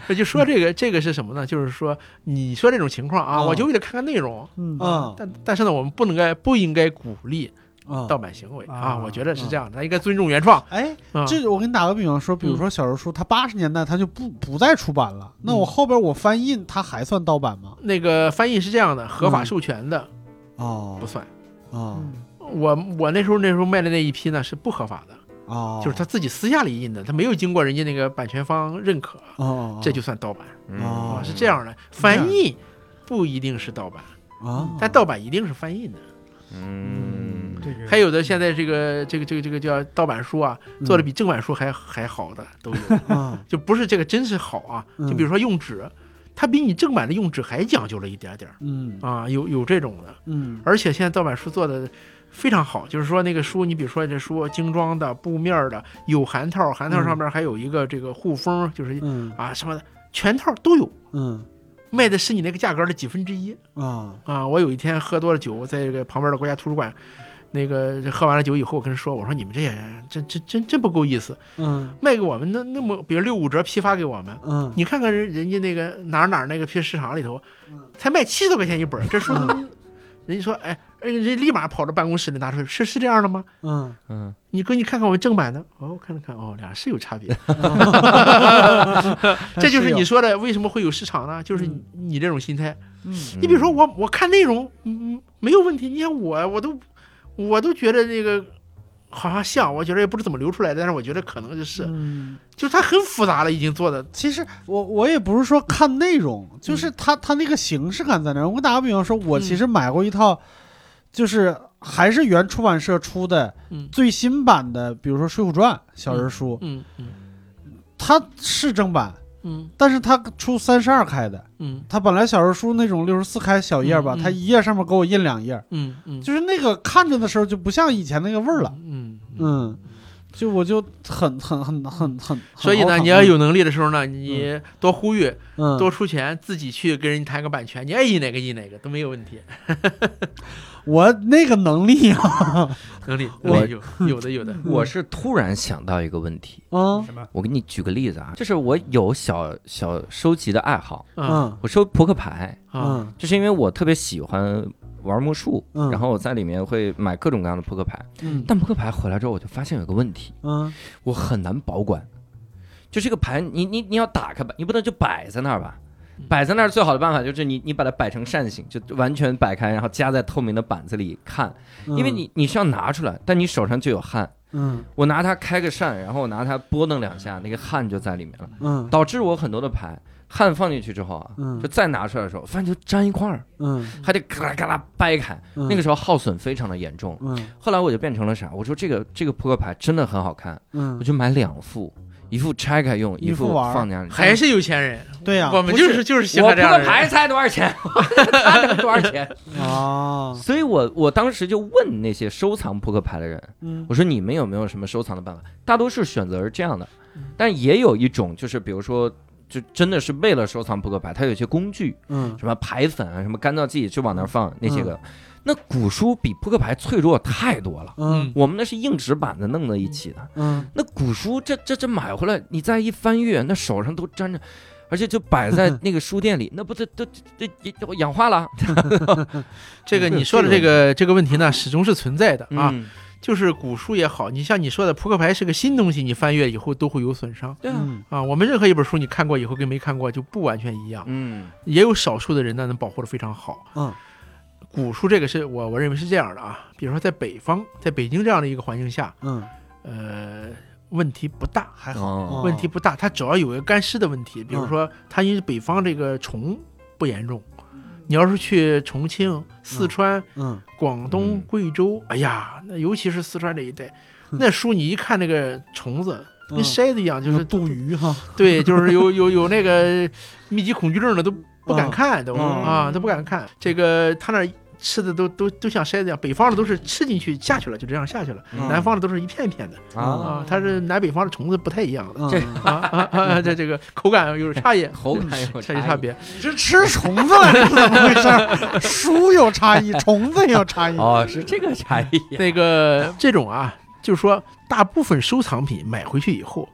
我就说这个这个是什么呢？就是说你说这种情况啊，嗯我就为了看看内容。嗯嗯但但是呢，我们不能该不应该鼓励嗯盗版行为啊！啊我觉得是这样的，咱应该尊重原创。哎，啊、这个我给你打个比方说，比如嗯说小人书，它八十年代它就不不再出版了，那我后边我翻印，它还算盗版吗？那个翻译是这样的，合法嗯授权的、哦不算。哦嗯我我那时候那时候卖的那一批呢是不合法的，哦，嗯就是他自己私下里印的，他没有经过人家那个版权方认可，哦，这就算盗版啊，哦嗯，是这样的。翻译不一定是盗版，啊，但盗版一定是翻译的。嗯，这个还有的现在这个这个这个这个叫盗版书啊，嗯做的比正版书还还好的都 有，啊，就不是这个真是好啊。嗯就比如说用纸，它比你正版的用纸还讲究了一点点儿嗯啊，有有这种的。嗯而且现在盗版书做的非常好，就是说那个书，你比如说这书精装的、布面儿的，有函套，函套上面还有一个这个护封，就是嗯啊什么的，全套都有，嗯卖的是你那个价格的几分之一啊啊！我有一天喝多了酒，在这个旁边的国家图书馆。那个喝完了酒以后，我跟他说：“我说你们这些人真真真真不够意思，嗯卖给我们那那么，比如六五折批发给我们，嗯你看看人人家那个哪儿哪儿那个批市场里头，嗯才卖七十多块钱一本儿，这书他妈人家说哎，哎人家立马跑到办公室里拿出来，是是这样的吗？嗯，嗯，你哥，你看看我们正版的，哦，我看了看，哦，俩是有 差别，这就是你说的为什么会有市场呢？就是你你这种心态。嗯你比如说我，我看内容，嗯，没有问题。你看我，我都我都觉得那个好像像，我觉得也不知怎么流出来的，但是我觉得可能就是，嗯，就是它很复杂了，已经做的，其实我我也不是说看内容，嗯就是它它那个形式感在那儿。我给打个比方说，我其实买过一套，就是还是原出版社出的嗯最嗯新版的，比如说《水浒传》小人书，嗯嗯它是正版，嗯但是他出三十二开的，嗯他本来小人书那种六十四开小页吧，嗯嗯他一页上面给我印两页，嗯嗯，就是那个看着的时候就不像以前那个味儿了，嗯。嗯，就我就很很很很很，所以很呢，懊恼你要有能力的时候呢，你多呼吁，嗯多出钱，自己去跟人谈个版权，你爱印哪个印哪个都没有问题。我那个能力啊，能力，我嗯能力有有的有的，我是突然想到一个问题，嗯什么？我给你举个例子啊，就是我有小小收集的爱好，啊嗯我收扑克牌，啊嗯就是因为我特别喜欢玩魔术，嗯然后我在里面会买各种各样的扑克牌，嗯但扑克牌回来之后，我就发现有个问题，嗯我很难保管，就这个牌，你你你要打开吧，你不能就摆在那儿吧。摆在那儿最好的办法就是你你把它摆成扇形，就完全摆开，然后夹在透明的板子里看，嗯，因为你你是要拿出来，但你手上就有汗。嗯我拿它开个扇，然后我拿它拨弄两下，那个汗就在里面了，嗯导致我很多的牌汗放进去之后啊，嗯就再拿出来的时候，发现就粘一块儿，嗯还得嘎啦嘎啦掰开，嗯那个时候耗损非常的严重。嗯后来我就变成了啥？我说这个这个扑克牌真的很好看，我嗯，就买两副，一副拆开用，一一副副玩儿放家里。还是有钱人，对呀我们不就是就是喜我欢扑这样的克人。牌才多少钱？他能多少 钱？啊，所以我我当时就问那些收藏扑克牌的人，嗯我说你们有没有什么收藏的办法？大多数选择是这样的，嗯但也有一种就是比如说。就真的是为了收藏扑克牌，它有一些工具，嗯什么排粉啊，什么干燥剂，就往那儿放那些个。那古书比扑克牌脆弱太多了，嗯我们那是硬纸板子弄在一起的。嗯那古书这这这买回来，你再一翻阅，那手上都沾着，而且就摆在那个书店里，那不都都这这氧化了这个你说的这个这个问题呢，始终是存在的啊。嗯就是古书也好，你像你说的扑克牌是个新东西，你翻阅以后都会有损伤对啊，嗯啊。我们任何一本书你看过以后跟没看过就不完全一样，嗯也有少数的人呢能保护的非常好。嗯古书这个是我我认为是这样的啊，比如说在北方，在北京这样的一个环境下，嗯，呃，问题不大，还好，嗯哦问题不大，它只要有一个干湿的问题，比如说它因为北方这个虫不严重，你要是去重庆、四川、嗯广东嗯、贵州，哎呀，那尤其是四川这一带，哼那书你一看那个虫子跟嗯筛子一样，就是杜鱼哈，对，就是有有有那个密集恐惧症的都不敢看，都嗯啊都不敢看。这个他那吃的都都都像筛子一样，北方的都是吃进去下去了，就这样下去了，嗯南方的都是一片一片的啊，啊。它是南北方的虫子不太一样的嗯这啊啊啊啊！这这个口感有差异，口感有差异差别。你这吃虫子了是怎么回事儿？书有差异，虫子也有差异。哦，是这个差异那个这种啊，就是说大部分收藏品买回去以后。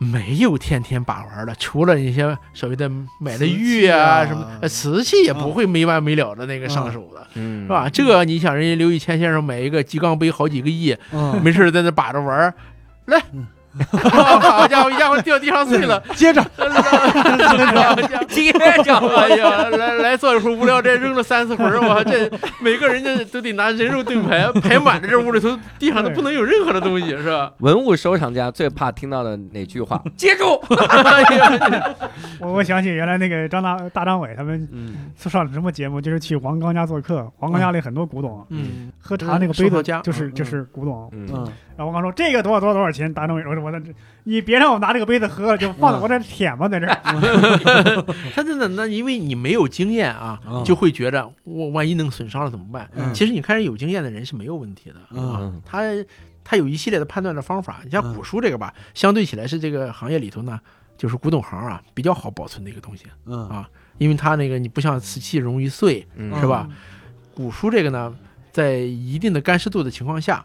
没有天天把玩的，除了那些所谓的买的玉瓷器啊什么的，呃瓷器也不会没完没了的那个上手的，嗯是吧？ 这个你想，人家刘以谦先生买一个鸡缸杯好几个亿，嗯，没事儿在那把着玩儿，来，好家伙，一下我掉地上碎了，接着，好家伙接着嗯哎 呀，来来做一会儿无聊斋扔了三四回儿，我这每个人家都得拿人肉盾牌排满了，这屋里头地上都不能有任何的东西，是吧？文物收藏家最怕听到的哪句话？接住！哎呀我我想起原来那个张大大张伟他们嗯上什么节目，就是去王刚家做客，王刚家里很多古董，嗯，喝茶那个杯收藏子家就是嗯就是古董。嗯嗯然后王刚说这个多少多少多少钱，大张伟说我这你别让我拿这个杯子喝了，就放在嗯我这舔吧，在这儿。他真的那因为你没有经验啊嗯，就会觉着我万一弄损伤了怎么办？嗯其实你看人有经验的人是没有问题的啊，嗯他他有一系列的判断的方法。你像嗯古书这个吧，相对起来是这个行业里头呢，就是古董行啊比较好保存的一个东西，嗯因为它那个你不像瓷器容易碎，嗯是吧？古书这个呢，在一定的干湿度的情况下，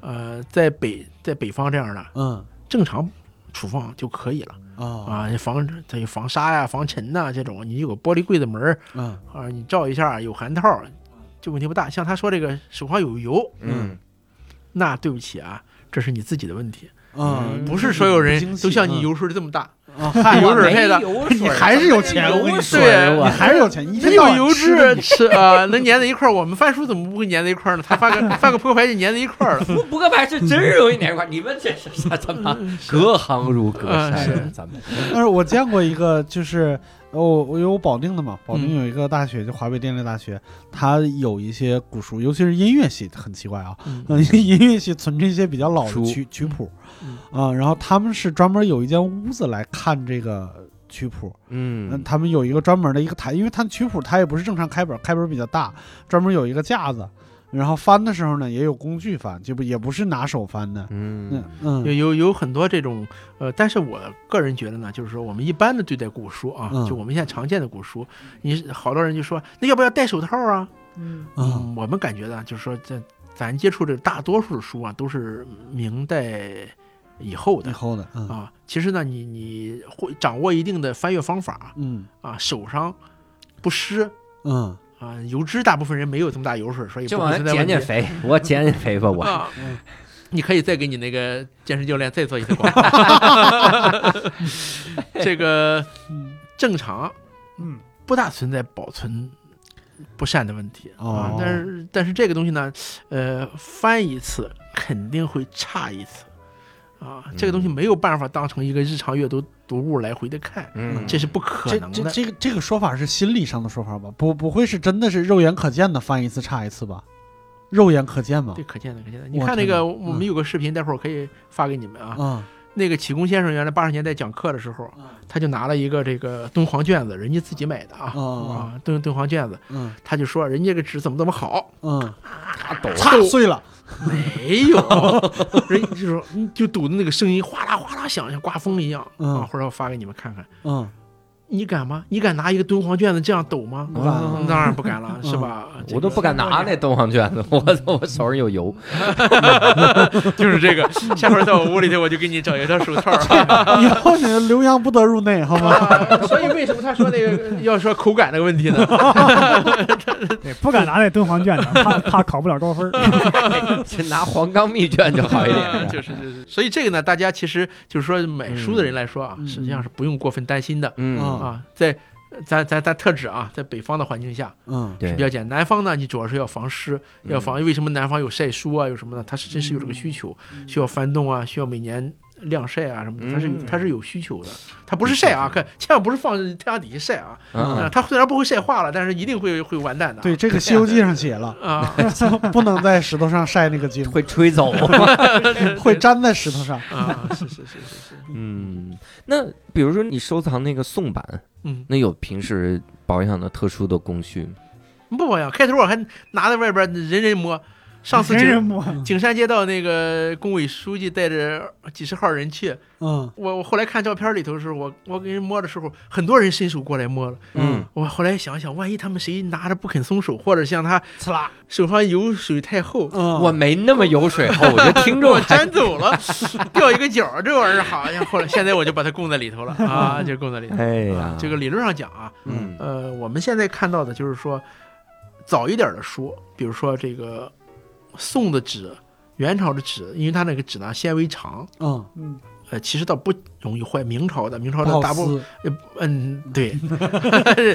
呃，在北在北方这样的嗯正常储放就可以了哦啊，防它有防沙呀、防尘呐、这种，你有个玻璃柜的门儿嗯啊，你罩一下有hand套儿，就问题不大。像他说这个手上有油，嗯那对不起啊，这是你自己的问题。嗯，不是所有不人精细都像你嗯油水这么 大，啊，嗨，有水没配的油你还是有钱，我跟你油说，水啊对我你还是有钱，一那天到有晚油吃脂吃啊，能粘在一块儿。我们翻书怎么不会粘在一块儿呢？他 翻个翻个扑克牌就粘在一块儿了。不不个牌是真容易粘块，你们这是啥他妈隔行如隔山，啊咱们 但是我见过一个，就是呃我我有保定的嘛，保定嗯有一个大学，就华北电力大学，它有一些古书，尤其是音乐系，很奇怪啊，嗯嗯， 音乐系存着一些比较老的书曲曲谱嗯，啊、然后他们是专门有一间屋子来看这个曲谱。嗯嗯，他们有一个专门的一个台，因为它曲谱它也不是正常开本，开本比较大，专门有一个架子，然后翻的时候呢也有工具翻，就不也不是拿手翻的。嗯嗯有嗯有有很多这种，呃，但是我个人觉得呢，就是说我们一般的对待古书啊，嗯就我们现在常见的古书，你好多人就说那要不要戴手套啊？嗯啊我们感觉呢，就是说这咱接触这大多数的书啊，都是明代以后以的后的嗯啊。其实呢，你你会掌握一定的翻阅方法嗯啊，手上不湿嗯啊，油脂大部分人没有这么大油水，所以就不会往存在减问题减肥，我减减肥吧，我啊嗯你可以再给你那个健身教练再做一次广告。 这个嗯正常嗯，不大存在保存不善的问题啊哦，但是但是这个东西呢，呃，翻一次肯定会差一次啊，这个东西嗯没有办法当成一个日常阅读读物来回的看，嗯，这是不可这能这的。这个这个说法是心理上的说法吧？不不会是真的是肉眼可见的翻一次差一次吧？肉眼可见吧？对，可见的，可见的。你我看那天哪个，我们嗯有个视频，待会儿我可以发给你们啊。啊那个启功先生原来八十年代讲课的时候嗯，他就拿了一个这个敦煌卷子，人家自己买的啊哦啊，敦敦煌卷子，嗯他就说人家这个纸怎么怎么好，嗯，啊大抖擦碎了没有， 人家就说嗯就堵的那个声音哗啦哗啦响，像刮风一样嗯啊，或者我发给你们看看。嗯你敢吗？你敢拿一个敦煌卷子这样抖吗？不敢嗯当然不敢了，是吧？这个我都不敢 拿那敦煌卷子， 我我手上有油。就是这个。下回到我屋里头，我就给你整一条手套。以后你们留洋不得入内，好吗？啊 所以为什么他说那个要说口感那个问题呢？对，不敢拿那敦煌卷子， 怕怕考不了高分儿。嗯就拿黄冈密卷就好一啊点。就是就是。所以这个呢，大家其实就是说买书的人来说啊，嗯实际上是不用过分担心的、嗯，啊。在咱咱咱特指啊，在北方的环境下嗯对比，较简单，南方呢，你主要是要防湿，嗯要防。为什么南方有晒书啊，有什么呢？它是真是有这个需求，需要翻动啊，需要每年。晾晒啊什么的，它是嗯它是有需求的，它不是晒啊，可千万不是放太阳底下晒啊，嗯啊它虽然不会晒化了，但是一定会会完蛋的啊。对，这个《西游记》上写了， 啊， 不能在石头上晒那个金，嗯会吹走。会粘在石头上。啊，是是是是是， 嗯，那比如说你收藏那个宋版，嗯，那有平时保养的特殊的工序吗？不保养，开头我还拿在外边人人摸。上 次嗯人人景摸，景山街道那个工委书记带着几十号人去，嗯我我后来看照片里头的时候，我我给人摸的时候，很多人伸手过来摸了。嗯，我后来想想，万一他们谁拿着不肯松手，或者像他刺啦，手上油水太厚，嗯，我没那么油水厚，我觉得听给众啊我还粘走了， 掉一个角儿，这玩意儿好像后来现在我就把它供在里头了啊，就供在里头。哎啊呀，这个理论上讲啊，嗯呃，我们现在看到的就是说，早一点的书，比如说这个宋的纸、元朝的纸，因为它那个纸呢纤维长，嗯，嗯，呃，其实倒不容易坏。明朝的，明朝不的好大部，撕，呃嗯，对，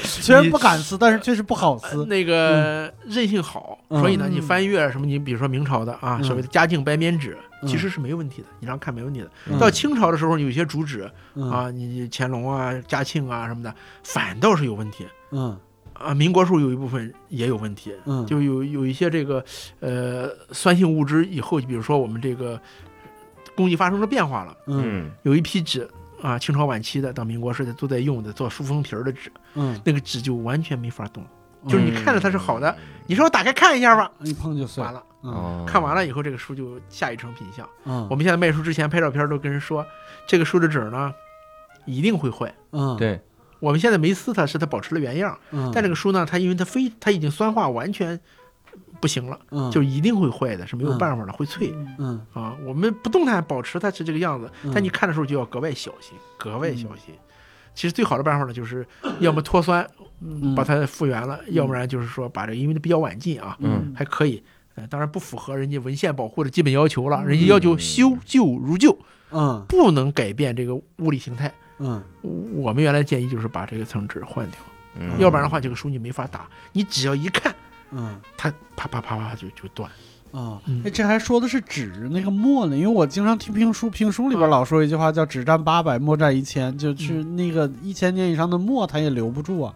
虽然不敢撕，但是确实不好撕。呃那个韧性好，嗯所以呢，嗯你翻阅什么，你比如说明朝的啊，嗯所谓的嘉靖白棉纸，嗯其实是没有问题的，你让看没问题的。嗯到清朝的时候，有些主纸嗯啊，你乾隆啊、嘉庆啊什么的，反倒是有问题。嗯啊，民国书有一部分也有问题，嗯，就有有一些这个呃酸性物质以后，比如说我们这个工艺发生了变化了，嗯有一批纸啊，清朝晚期的到民国时代都在用的做书封皮儿的纸，嗯，那个纸就完全没法动，就是你看着它是好的，嗯你说我打开看一下吧，一碰就碎完。了，嗯看完了以后这个书就下一层品相。嗯，我们现在卖书之前拍照片都跟人说，这个书的纸呢一定会坏。嗯对，我们现在没撕它，是它保持了原样，嗯，但这个书呢，它因为它非它已经酸化完全不行了。嗯就一定会坏的，是没有嗯办法的，会脆嗯啊。我们不动弹，保持它是这个样子嗯，但你看的时候就要格外小心，格外小心。其实最好的办法呢，就是要么脱酸嗯把它复原了，要不然就是说把这个，因为它比较晚进啊，嗯还可以。呃，当然不符合人家文献保护的基本要求了，人家要求修旧如旧，嗯不能改变这个物理形态。嗯我们原来建议就是把这个层纸换掉，嗯要不然的话这个书你没法打，你只要一看嗯。它啪啪啪啪就就断。啊嗯，哎，这还说的是纸那个墨呢，因为我经常听评书，评书嗯里边老说一句话叫“只占八百，莫占一千”，就是那个一千年以上的墨，它也留不住啊。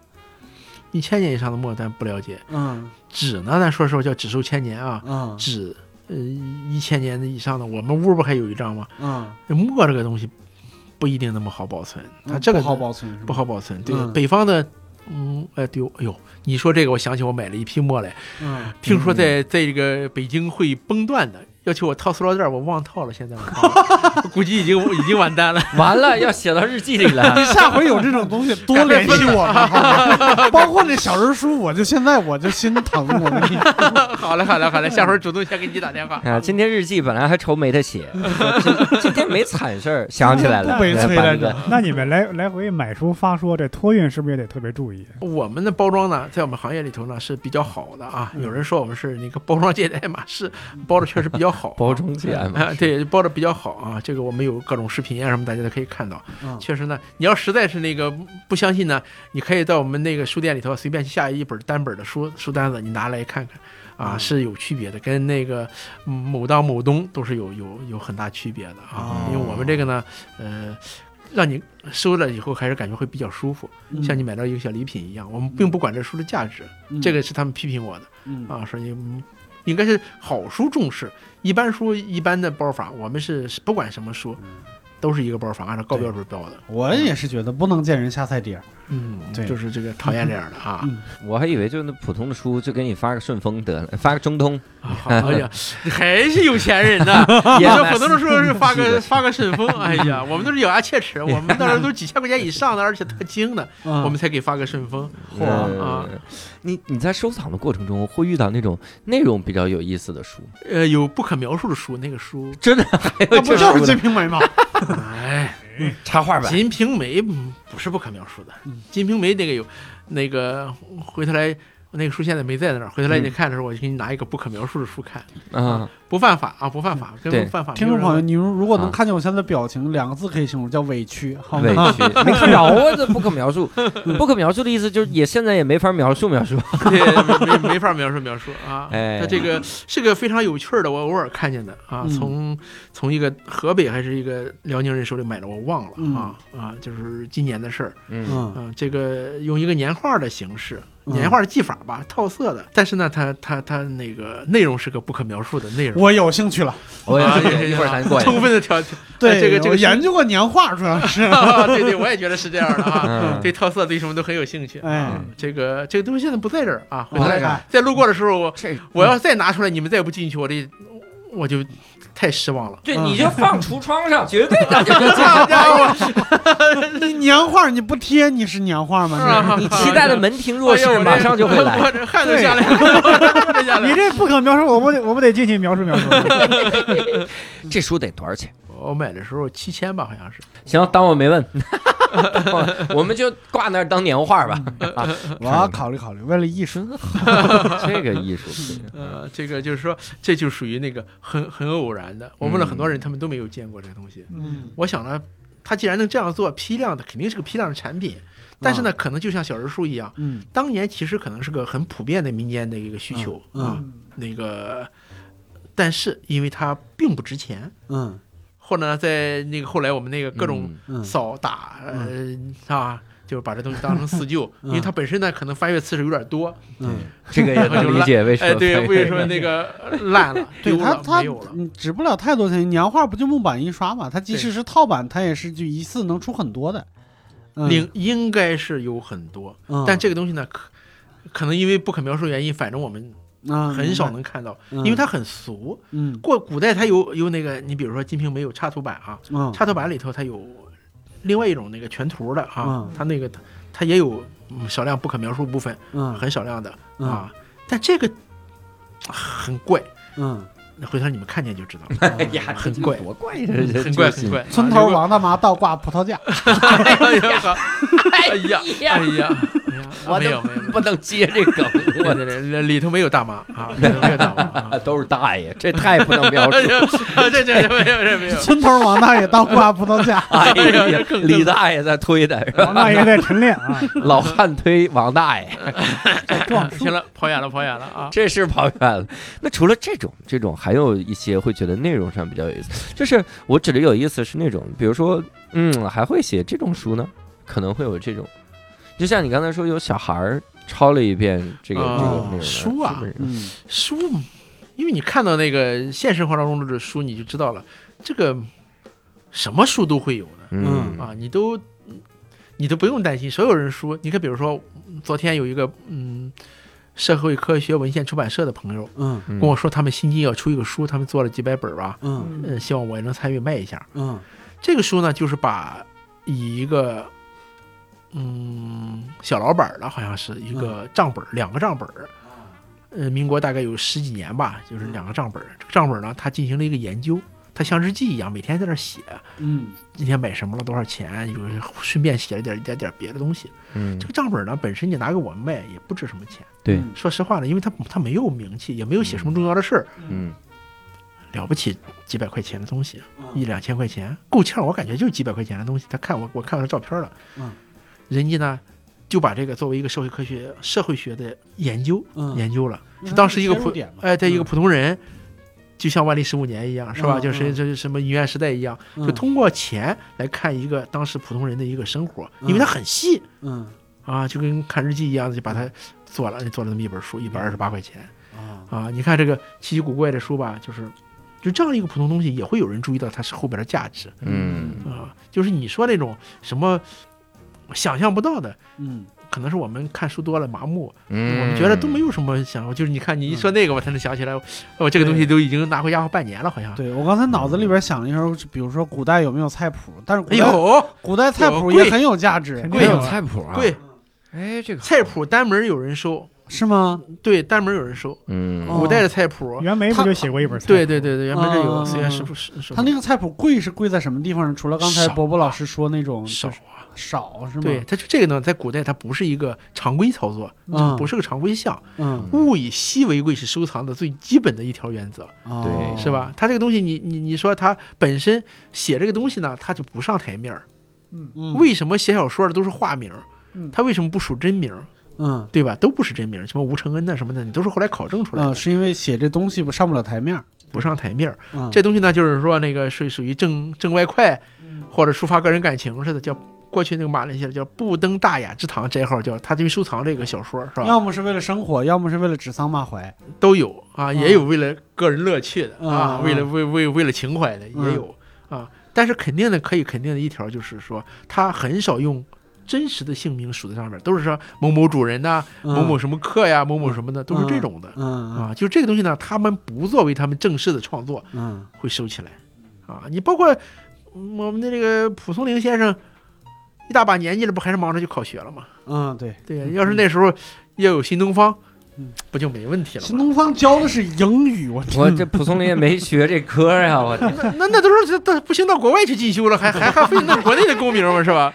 一千年以上的墨咱不了解，嗯纸呢，咱说实话叫纸寿千年啊，嗯纸呃一千年以上的，我们屋不还有一张吗？嗯墨这个东西不一定那么好保存，它嗯这个不好保存，不好保存。对，嗯北方的，嗯，哎对，哎呦，你说这个，我想起我买了一批墨来，嗯，听说在在这个北京会崩断的，要求我套塑料袋儿，我忘套了，现在我忘 了估计已经已经完蛋了。 完了要写到日记里了。 你下回有这种东西多联系我们好 吗，包括那小人书，我就现在我就心疼，我跟你讲好嘞，好嘞，好嘞，下回主动先给你打电话。啊，今天日记本来还愁没得写，说今今天没惨事儿，想起来了，不悲催把了那个那你们来来回买书发说，这托运是不是也得特别注意？我们的包装呢，在我们行业里头呢是比较好的啊。嗯有人说我们是那个包装界的爱马仕，包的确实比较好、包中介嘛，啊，对，包的比较好啊。这个我们有各种视频啊什么，大家都可以看到。嗯确实呢，你要实在是那个不相信呢，你可以到我们那个书店里头随便下一本单本的书书单子，你拿来看看。啊，嗯是有区别的，跟那个嗯某当某东都是有有有很大区别的啊。哦因为我们这个呢，呃，让你收了以后还是感觉会比较舒服， 嗯像你买到一个小礼品一样。我们并不管这书的价值，这个是他们批评我的。嗯啊，说你嗯应该是好书重视，一般书一般的包法，我们是是不管什么书，都是一个包法，按照高标准标的。我也是觉得不能见人下菜碟儿，嗯，对就是这个讨厌这样的啊。嗯我还以为就是那普通的书，就给你发个顺丰得了，发个中通，啊好哎呀，还是有钱人呐！你说普通的书啊是发是个的发个顺丰，哎呀，我们都是咬牙切齿，我们那时候都几千块钱以上的，而且特精的，嗯我们才给发个顺丰。嚯呃啊你你在收藏的过程中会遇到那种内容比较有意思的书，呃，有不可描述的书，那个书，真的还有那不这就种是《金瓶梅》 吗？哎，插画《版？金瓶梅》嗯不是不可描述的，嗯金瓶梅》那个有，那个回头来那个书现在没在那儿，回头嗯来你看的时候，我就给你拿一个不可描述的书看，嗯，不犯法啊，不犯嗯法，对跟犯法没听有众任朋友，何。你如如果啊能看见我现在的表情，两个字可以形容，叫委屈，好委吗？屈，没看着啊，这不可描述，不可描述的意思就是也现在也没法描述描述。 对，没没没法描述描述啊。哎它这个是个非常有趣儿的，我偶尔看见的啊。嗯从从一个河北还是一个辽宁人手里买的，我忘了、嗯啊啊，就是今年的事儿。嗯，嗯，嗯，这个用一个年画的形式，嗯年画的技法吧，套色的，但是呢，它它它那个内容是个不可描述的内容。我有兴趣了。我也啊是一会儿咱过去。充分 的调，对，这个这我个研究过年画，主要是。啊对对，我也觉得是这样的啊。嗯， 对套色对什么都很有兴趣。嗯哎，这个这个东西现在不在这儿啊，回不头在这来儿嗯再路过的时候，我这我要再拿出来，你们再不进去，我这我就太失望了。 哎对嗯你就放橱窗上，绝对大家好家哎伙，你年画你不贴，你是年画嗯是啊吗？ 你期待的门庭若哎呦市我这马上就会 来。我这汗都下来了，汗都下来你了。这不可描述，我不得我不得进去描述描 述。 这书得多少钱？我买的时候七千吧，好像是。行，当我没问， 我我们就挂那儿当年画吧。啊，嗯是我要考虑考虑，为了艺术。 这个艺术，呃，这个就是说，这就属于那个很很偶然的。我问了很多人，他们都没有见过这个东西。嗯，我想呢，他既然能这样做，批量的肯定是个批量的产品。但啊是呢，可能就像小人书一样，嗯，当年其实可能是个很普遍的民间的一个需求嗯啊，那个，但是因为它并不值钱，嗯或者呢，在那个后来我们那个各种嗯扫打，呃啊，就是把这东西当成四旧，嗯因为它本身呢可能翻阅次数有点多，嗯，这个也能理解为什 哎，么。对，为什么那个烂了、对丢他了、他没有了？嗯值不了太多钱，年画不就木板印刷嘛？它即使是套版，它也是就一次能出很多的。嗯应应该是有很多，嗯但这个东西呢可。可能因为不可描述原因，反正我们啊很少，能看到，明白因为它很俗。嗯过古代它有有那个，你比如说《金瓶梅》有插图版啊，嗯插头版里头它有另外一种那个全图的啊嗯，它那个它也有嗯少量不可描述部分，嗯很少量的嗯啊，但这个啊很怪，嗯，回头你们看见就知道，哎呀，很怪多怪，啊 很怪很。怪，啊村头王大妈倒挂葡萄架， 哎呀，好 哎呀哎呀，呀，我没有都没有。 不能接这梗， 我这这里头没有大妈啊，里头没有大妈我啊！都是大爷，这太不能描述。哎。呀，这这这没有这没有，村头王大爷倒挂葡萄架哎呀，李大爷在推的，是吧王大爷在晨练啊，老汉推王大爷，撞书 行。了，跑远了跑远了啊！ 这是跑远了。那除了这种这种，还有一些会觉得内容上比较有意思。就是我指的有意思是那种，比如说，嗯，还会写这种书呢，可能会有这种。就像你刚才说，有小孩儿抄了一遍这个、这个哦内容的书啊是不是嗯书，因为你看到那个现实生活当中的书，你就知道了，这个什么书都会有的嗯啊，你都你都不用担心，所有人书，你看比如说嗯昨天有一个嗯社会科学文献出版社的朋友嗯嗯跟我说，他们新近要出一个书，他们做了几百本吧，嗯嗯，希望我也能参与卖一下。嗯这个书呢，就是把以一个嗯小老板儿了，好像是一个嗯账本儿，两个账本儿，啊呃，民国大概有十几年吧，就是嗯两个账本儿。这个账本儿呢，他进行了一个研究，他像日记一样，每天在那儿写，嗯今天买什么了，多少钱，有顺便写了点一点点别的东西。嗯这，个账本儿呢，本身你拿给我们卖也不值什么钱。对，说实话呢，因为他他没有名气，也没有写什么重要的事儿，嗯了不起几百块钱的东西，一两千块钱够呛，我感觉就是几百块钱的东西。他看我，我看到照片了，嗯，人家呢就把这个作为一个社会科学、社会学的研究、嗯研究了。嗯当时一个普切入点嘛哎，对一个嗯普通人，就像万历十五年一样，是吧？嗯就是嗯就是什么银元时代一样，嗯就通过钱来看一个当时普通人的一个生活，嗯因为它很细嗯啊，就跟看日记一样，就把它做了，做了那么一本书，一百二十八块钱。啊啊，你看这个奇奇古怪的书吧，就是就这样一个普通东西，也会有人注意到它是后边的价值嗯啊。就是你说那种什么想象不到的，嗯可能是我们看书多了麻木，嗯，我们觉得都没有什么想。就是你看你一嗯说那个，我才能想起来，我、这个东西都已经拿回家伙半年了，好像。对我刚才脑子里边想了一下，比如说古代有没有菜谱，但是古哎代、呦，古代菜谱有贵也很有价值，肯定贵有啊菜谱啊，贵，哎，这个菜谱单门有人收，是吗？对，单门有人收。嗯哦古代的菜谱，袁枚不就写过一本菜？对，对对对，原本这啊有，虽然是不是是它那个菜谱贵是贵在什么地方呢？除了刚才少啊伯伯老师说那种少就是啊。少是吗？对，，它就这个呢，在古代它不是一个常规操作，嗯不是个常规项。嗯，物以稀为贵是收藏的最基本的一条原则，哦是吧？？它这个东西你，你你说它本身写这个东西呢，它就不上台面儿。嗯，嗯为什么写小说的都是化名儿嗯？它为什么不署真名儿？嗯对吧？都不是真名儿，什么吴承恩呐什么的，你都是后来考证出来嗯，的，是因为写这东西不上不了台面儿，不上台面儿。嗯这东西呢，就是说那个是属于挣挣外快，或者抒发个人感情似的，叫过去那个马来西亚叫不登大雅之堂，这号叫他就收藏这个小说是吧？要么是为了生活，要么是为了指桑骂槐。都有啊，嗯也有为了个人乐趣的啊，嗯嗯为了为为为了情怀的嗯也有、啊。但是肯定的，可以肯定的一条就是说，他很少用真实的姓名署在上面，都是说某某主人呐、嗯某某什么课呀、某某什么的，都是这种的、嗯啊。就这个东西呢，他们不作为他们正式的创作，嗯会收起来啊。你包括嗯我们的这个蒲松龄先生，一大把年纪了，不还是忙着去考学了吗？嗯，对，对呀，要是那时候要有新东方嗯，不就没问题了吗？新东方教的是英语，我天我这蒲松龄也没学这科呀、我这那那那都是这都不行，到国外去进修了，还还还非弄国内的功名吗？是吧？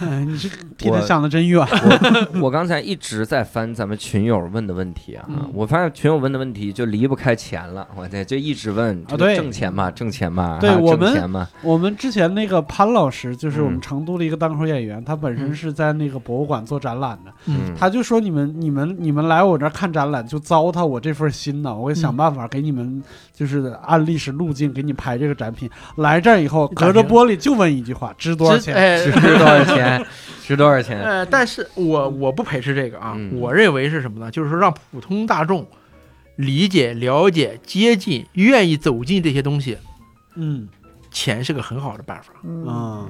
哎 你这替我他想的真远。我 我刚才一直在翻咱们群友问的问题啊，嗯我发现群友问的问题就离不开钱了，我这就一直啊问这个对挣钱嘛，挣钱嘛，对啊我们挣钱嘛，我们之前那个潘老师，就是我们嗯成都的一个单口演员，他本身嗯是在那个博物馆做展览的，嗯，他就说你们你们你们来我这儿看展览就糟蹋我这份心呐，我会想办法给你们就是按历史路径给你排这个展品。来这儿以后，咋隔着评玻璃就问一句话：值 多少钱？哎值多少钱？值多少钱？呃，但是我我不排斥这个啊，嗯我认为是什么呢？就是说让普通大众理解、了解、接近、愿意走进这些东西，嗯钱是个很好的办法，嗯，啊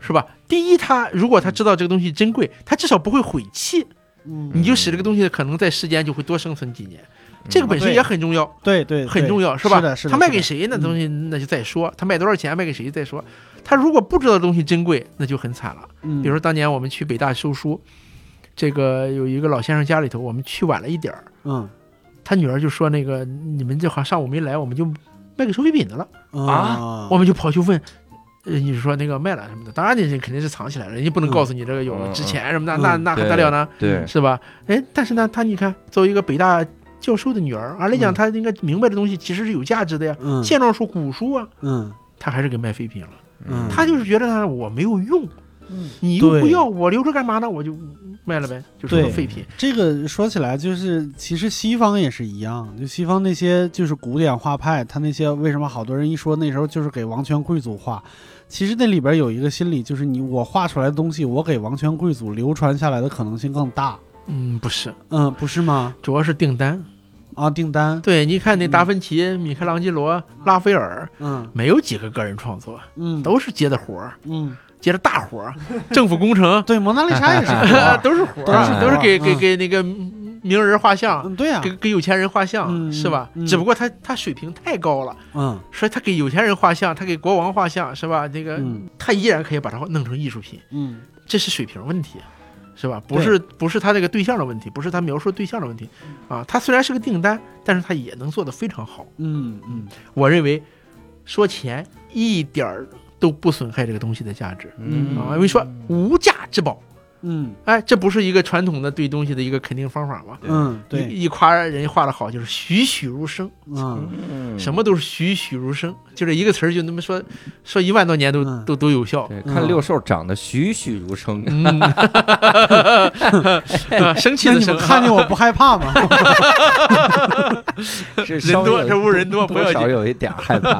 是吧？第一，他如果他知道这个东西珍贵，他至少不会毁弃，嗯，你就使这个东西可能在世间就会多生存几年，嗯这嗯个本身对也很重要。对对，很重要。要，是吧？是的是的他卖是的给谁那嗯东西那就再说，他卖多少钱卖给谁再说。他如果不知道东西珍贵，那就很惨了。嗯，比如说当年我们去北大收书，这个有一个老先生家里头，我们去晚了一点儿，嗯他女儿就说那个你们这好像上午没来，我们就卖给收废品的了。啊我们就跑去问。呃你说那个卖了什么的，当然你这肯定是藏起来了，人家不能嗯告诉你这个有嗯嗯值钱什么的，那嗯那还对得了呢，对，是吧？哎，但是呢，他你看作为一个北大教授的女儿，按理讲嗯她应该明白的东西其实是有价值的呀，嗯现状书、古书啊，嗯他还是给卖废品了。嗯他就是觉得呢，我没有用，嗯你又不对要，我留着干嘛呢？我就卖了呗，就是个对废品。这个说起来，就是其实西方也是一样，就西方那些就是古典画派，他那些为什么好多人一说那时候就是给王权贵族画，其实那里边有一个心理，就是你我画出来的东西，我给王权贵族流传下来的可能性更大，嗯，不是，嗯，不是吗？嗯主要是订单，啊，订单，对，你看那达芬奇、米开朗基罗、拉斐尔，嗯没有几个个人创作，嗯，都是接的活儿，嗯，接的大活儿， 政府工程对，蒙娜丽莎也是活 儿，都是活啊都是儿，啊都是给给给那个名人画像，嗯，对呀，给给有钱人画像，嗯是吧嗯？只不过他他水平太高了，嗯所以他给有钱人画像，他给国王画像，是吧？这个嗯他依然可以把它弄成艺术品，嗯这是水平问题，是吧？对不是不是他这个对象的问题，不是他描述对象的问题啊。他虽然是个订单，但是他也能做得非常好。嗯嗯我认为说钱一点儿都不损害这个东西的价值嗯啊，因为说无价之宝，嗯哎，这不是一个传统的对东西的一个肯定方法吗？嗯，对，一一夸人家画的好，就是栩栩如生，嗯嗯什么都是栩栩如生，就这一个词儿就那么说，说一万多年都、嗯都都有效。对，嗯看六兽长得栩栩如生， 嗯，生气那的你生们啊，看见我不害怕吗？是人稍微多，有这屋人多，不要多紧少有一点害怕。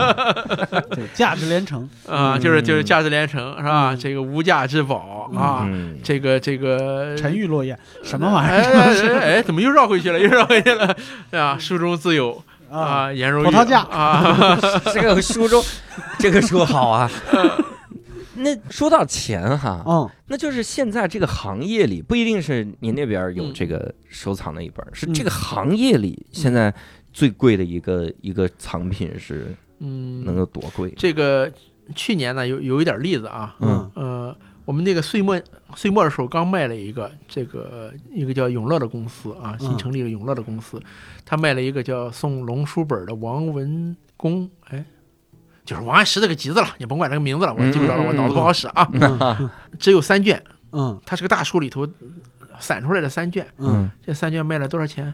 对，价值连城，啊，就是就是嗯价值连城是吧？嗯这个无价之宝啊，嗯，这个这个沉鱼落雁，什么玩意哎哎哎哎，怎么又绕回去了？又绕回去了 啊！书中自有儿啊？啊，颜如玉葡萄架啊，这个书中，这个书好 啊。那说到钱哈，嗯啊那就是现在这个行业里，不一定是您那边有嗯这个收藏的一本儿，是嗯这个行业里现在最贵的一个一个藏品是能嗯， 有多贵？这个去年呢有有一点例子啊，嗯嗯呃，我们那个岁末岁末的时候刚卖了一个这个一个叫永乐的公司嗯啊，新成立了永乐的公司，他卖了一个叫送龙书本的王文公，哎。就是王安石这个集子了，你甭管这个名字了，我记不着了，我脑子不好使啊。嗯只有三卷，嗯它是个大书里头散出来的三卷，嗯，这三卷卖了多少钱？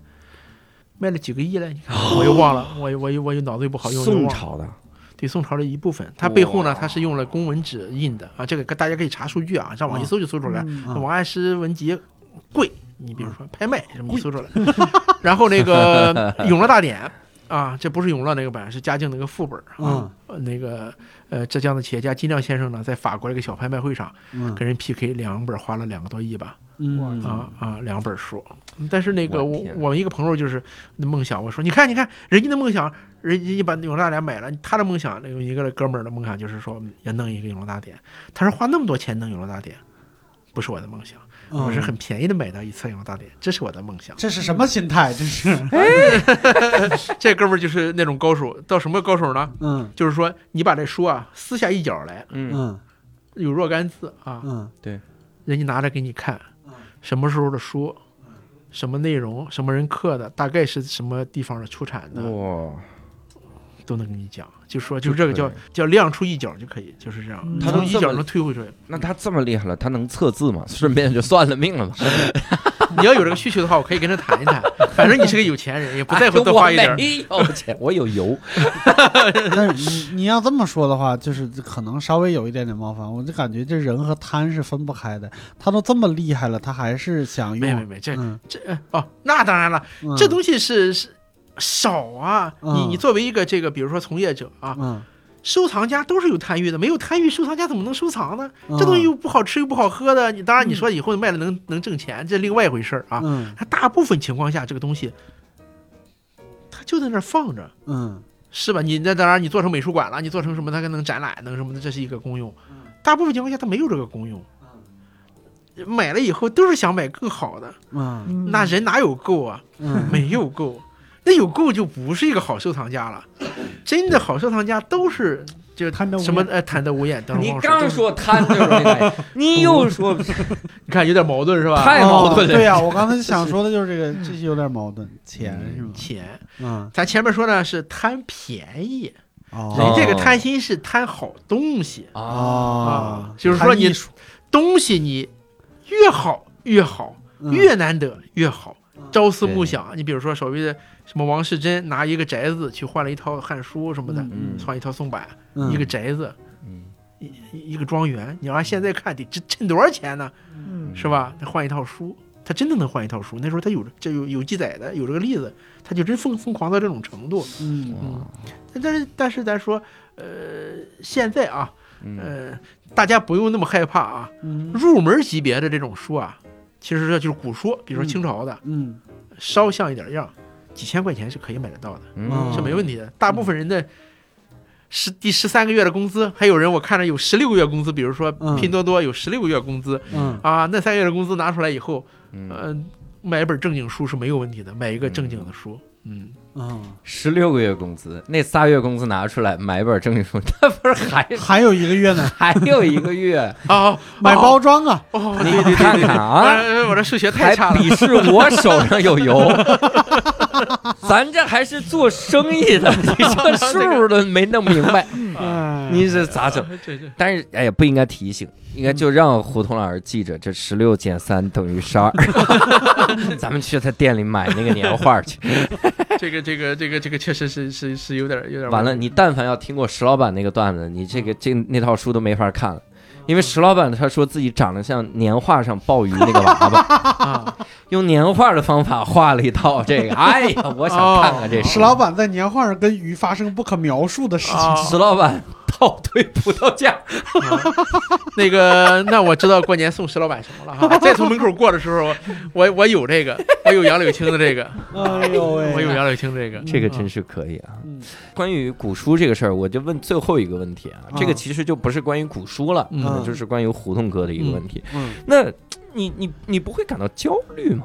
卖了几个亿了？你看，哦我又忘了，我又我又我又脑子又不好用，又宋忘了。朝的，对宋朝的一部分，它背后呢哇，它是用了公文纸印的啊，这个大家可以查数据啊，上网一搜就搜出来。嗯嗯王安石文集贵，你比如说拍卖什么你搜出来， 然后那个《永乐大典》啊，这不是永乐那个版，是嘉靖那个副本儿嗯啊。呃那个呃，浙江的企业家金亮先生呢，在法国这个小拍卖会上嗯跟人 PK 两本，花了两个多亿吧。嗯啊啊，两本书。但是那个我我天我们一个朋友就是那梦想，我说你看你看人家的梦想，人家把《永乐大典》买了，他的梦想有一个哥们儿的梦想就是说嗯要弄一个《永乐大典》，他说花那么多钱弄《永乐大典》，不是我的梦想，我是很便宜的买到一册《永乐大典》，这是我的梦想。这是什么心态？这是，这哥们儿就是那种高手，到什么高手呢？嗯就是说你 把这书啊撕下一角来，嗯，嗯有若干字啊，嗯人家拿着给你看嗯，什么时候的书，什么内容，什么人刻的，大概是什么地方的出产的，哇，都能跟你讲。就说就这个就叫可以叫亮出一角就可以，就是这样嗯，他都从一这角么能退回去。那他这么厉害了，他能测字吗？顺便就算了命了吧。你要有这个需求的话，我可以跟他谈一 谈。反正你是个有钱人，也不在乎多哎啊我花一点儿。没有钱，我有 油。但是你你要这么说的话，就是可能稍微有一点点冒犯。我就感觉这人和贪是分不开的。他都这么厉害了，他还是想没没用。没，这嗯，这哦，那当然了，嗯这东西是是少啊。你嗯你作为一个这个，比如说从业者啊，嗯，收藏家都是有贪欲的，没有贪欲，收藏家怎么能收藏呢？嗯这东西又不好吃又不好喝的，你嗯当然你说以后卖了能能挣钱，这另外一回事儿啊。嗯它大部分情况下，这个东西它就在那儿放着，嗯是吧？你那当然，你做成美术馆了，你做成什么，它可能展览，能什么的，这是一个功用。嗯大部分情况下，它没有这个功用。买了以后都是想买更好的，嗯嗯那人哪有够啊？嗯，没有 够，那有够就不是一个好收藏家了。真的好收藏家都是就贪得无厌什么呃贪得无厌，等会儿你忘了刚说贪就是那个， 你又说你看有点矛盾是吧？太矛盾哦了。对呀、我刚才想说的就是这个，这些有点矛盾。钱嗯是吗？钱，嗯，咱前面说呢是贪便宜，人哦这个贪心是贪好东西，哦啊，就是说你贪艺术东西你越好越好，嗯越难得越好，朝思暮对想。你比如说所谓的什么王世贞拿一个宅子去换了一套汉书什么的，嗯换一套宋版，嗯一个宅子。嗯一一一个庄园，你要按现在看得这趁多少钱呢？嗯是吧？他换一套书，他真的能换一套书。那时候他有这有有记载的，有这个例子，他就真疯疯狂到这种程度。嗯嗯，但是但是咱说，呃，现在啊，嗯，呃，大家不用那么害怕啊，嗯入门级别的这种书啊，其实这就是古书，比如说清朝的，嗯稍像一点样，几千块钱是可以买得到的，嗯是没问题的。大部分人的十第十三个月的工资，还有人我看着有十六个月工资，比如说嗯拼多多有十六个月工资嗯啊，那三个月的工资拿出来以后，嗯，嗯，买一本正经书是没有问题的，买一个正经的书，嗯，嗯，十六个月工资，那仨月工资拿出来买一本证据书，那不是还 还有一个月 呢，还有一个月？啊，买包装啊，哦，你对对对看对看啊，呃我这数学太还差了，鄙视我手上有油。咱这还是做生意的，你这数都没弄明白，嗯啊哎，你这咋整？这这但是哎呀，不应该提醒，应该就让胡同老师记着，这十六减三等于十二。 咱们去他店里买那个年画去。这个这个这个这个确实是是是有点有点完了，你但凡要听过石老板那个段子，你这嗯个这那套书都没法看了。因为石老板他说自己长得像年画上鲍鱼那个娃娃， 啊，用年画的方法画了一套这 个。哎呀，我想看看这哦事石老板在年画上跟鱼发生不可描述的事情。啊石老板倒推葡萄架，那个，那我知道过年送石老板什么了哈。再从门口过的时候，我我有这个，我有杨柳青的这个，哎呦喂，我有杨柳青这个。这个真是可以啊。嗯关于古书这个事儿，我就问最后一个问题啊，这个其实就不是关于古书了，嗯可能就是关于胡同哥的一个问题。嗯那你你你不会感到焦虑吗？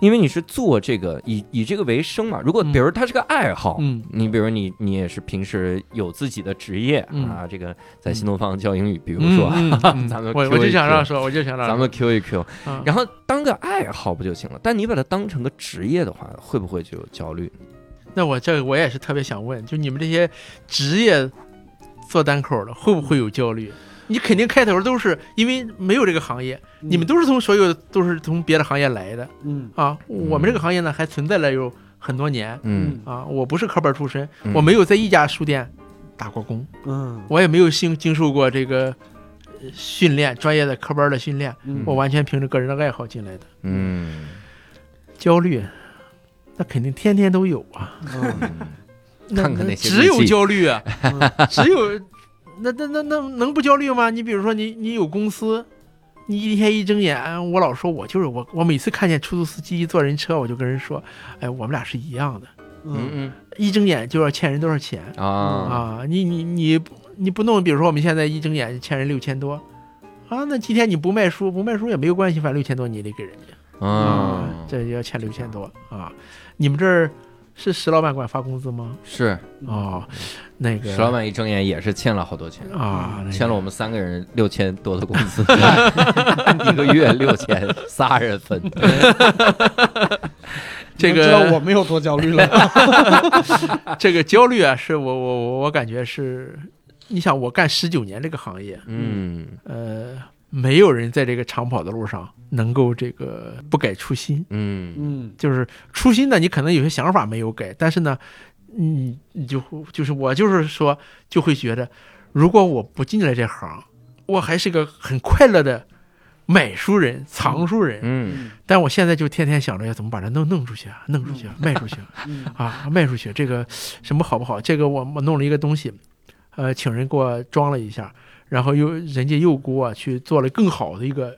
因为你是做这个以以这个为生嘛。如果嗯比如他是个爱好，嗯你比如你你也是平时有自己的职业、嗯啊，这个在新东方教英语，比如嗯说、嗯 嗯咱们我 Q 我一就想 Q 让说，我就想让咱们 Q 一 Q，嗯然后当个爱好不就行了？但你把它当成个职业的话，会不会就有焦虑？那我这个我也是特别想问，就你们这些职业做单口的，会不会有焦虑？你肯定开头都是因为没有这个行业，嗯你们都是从所有都是从别的行业来的嗯啊。我们这个行业呢，还存在了有很多年嗯，啊。我不是科班出身，嗯我没有在一家书店打过工。嗯我也没有经经受过这个呃训练，专业的科班的训练，嗯我完全凭着个人的爱好进来的。嗯，焦虑，那肯定天天都有啊。嗯嗯那看看那些只日有记焦虑 啊，嗯只有那那那那能不焦虑吗？你比如说你你有公司，你一天一睁眼，我老说我就是我，我每次看见出租司机坐人车，我就跟人说，哎，我们俩是一样的，嗯嗯一睁眼就要欠人多少钱。嗯啊啊，你你你你不弄，比如说我们现在一睁眼欠人六千多，啊，那今天你不卖书，不卖书也没有关系，反正六千多你也得给人家，啊，这就要欠六千多啊。你们这儿是石老板管发工资吗？是哦，那个石老板一睁眼也是欠了好多钱。啊，那个欠了我们三个人六千多的工 资，一个月六千，仨人分。 这你们知道我个们有多焦虑了。 这个焦虑啊，是我我我我感觉是，你想我干十九年这个行业，嗯呃，没有人在这个长跑的路上能够这个不改初心。嗯嗯就是初心呢，你可能有些想法没有改，但是呢，你你就就是我就是说就会觉得，如果我不进来这行，我还是个很快乐的买书人、藏书人，嗯但我现在就天天想着要怎么把它弄弄出去啊，弄出去啊，卖出去啊，嗯啊，卖出去这个什么好不好？这个我我弄了一个东西，呃，请人给我装了一下，然后又人家又给我去做了更好的一个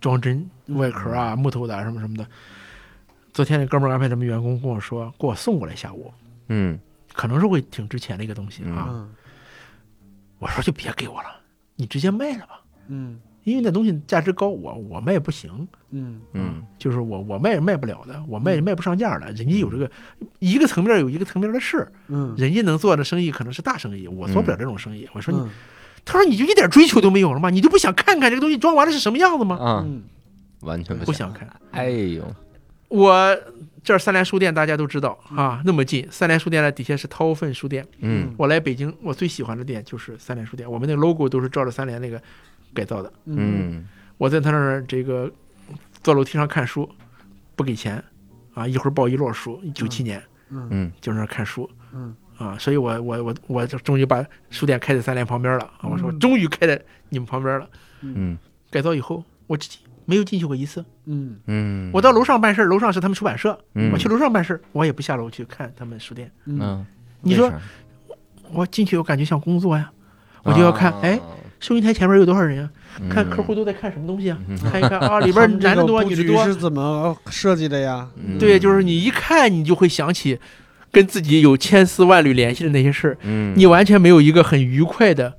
装帧，外壳啊、木头的啊什么什么的。昨天那哥们儿安排咱们员工跟我说，给我送过来一下午，嗯可能是会挺值钱的一个东西啊。嗯我说就别给我了，你直接卖了吧，嗯因为那东西价值高，我我卖不行。嗯嗯就是我我卖也卖不了的，我卖也卖不上价的。人家有这个一个层面有一个层面的事，嗯，人家能做的生意可能是大生意，我做不了这种生意。我说你，嗯他说你就一点追求都没有了吗？你就不想看看这个东西装完了是什么样子吗？啊，嗯完全不行。想看。哎呦，我这儿三联书店大家都知道啊，那么近，三联书店的底下是韬奋书店。嗯我来北京，我最喜欢的店就是三联书店，我们那个 logo 都是照着三联那个改造的。嗯嗯我在他那儿这个坐楼梯上看书，不给钱啊，一会儿抱一摞书，九七年嗯嗯就在那儿看书。嗯啊，所以我我我我就终于把书店开在三联旁边了啊！我说我终于开在你们旁边了。嗯改造以后，我自己没有进去过一次。嗯嗯，我到楼上办事儿，楼上是他们出版社，嗯我去楼上办事儿，我也不下楼去看他们书店。嗯嗯，你说我进去，我感觉像工作呀，我就要看，哎，收银台前面有多少人啊？啊嗯看客户都在看什么东西啊？嗯看一看啊，里里 边男的多，布女的局多是，怎么设计的呀？嗯对，就是你一看你就会想起跟自己有千丝万缕联系的那些事儿，嗯你完全没有一个很愉快的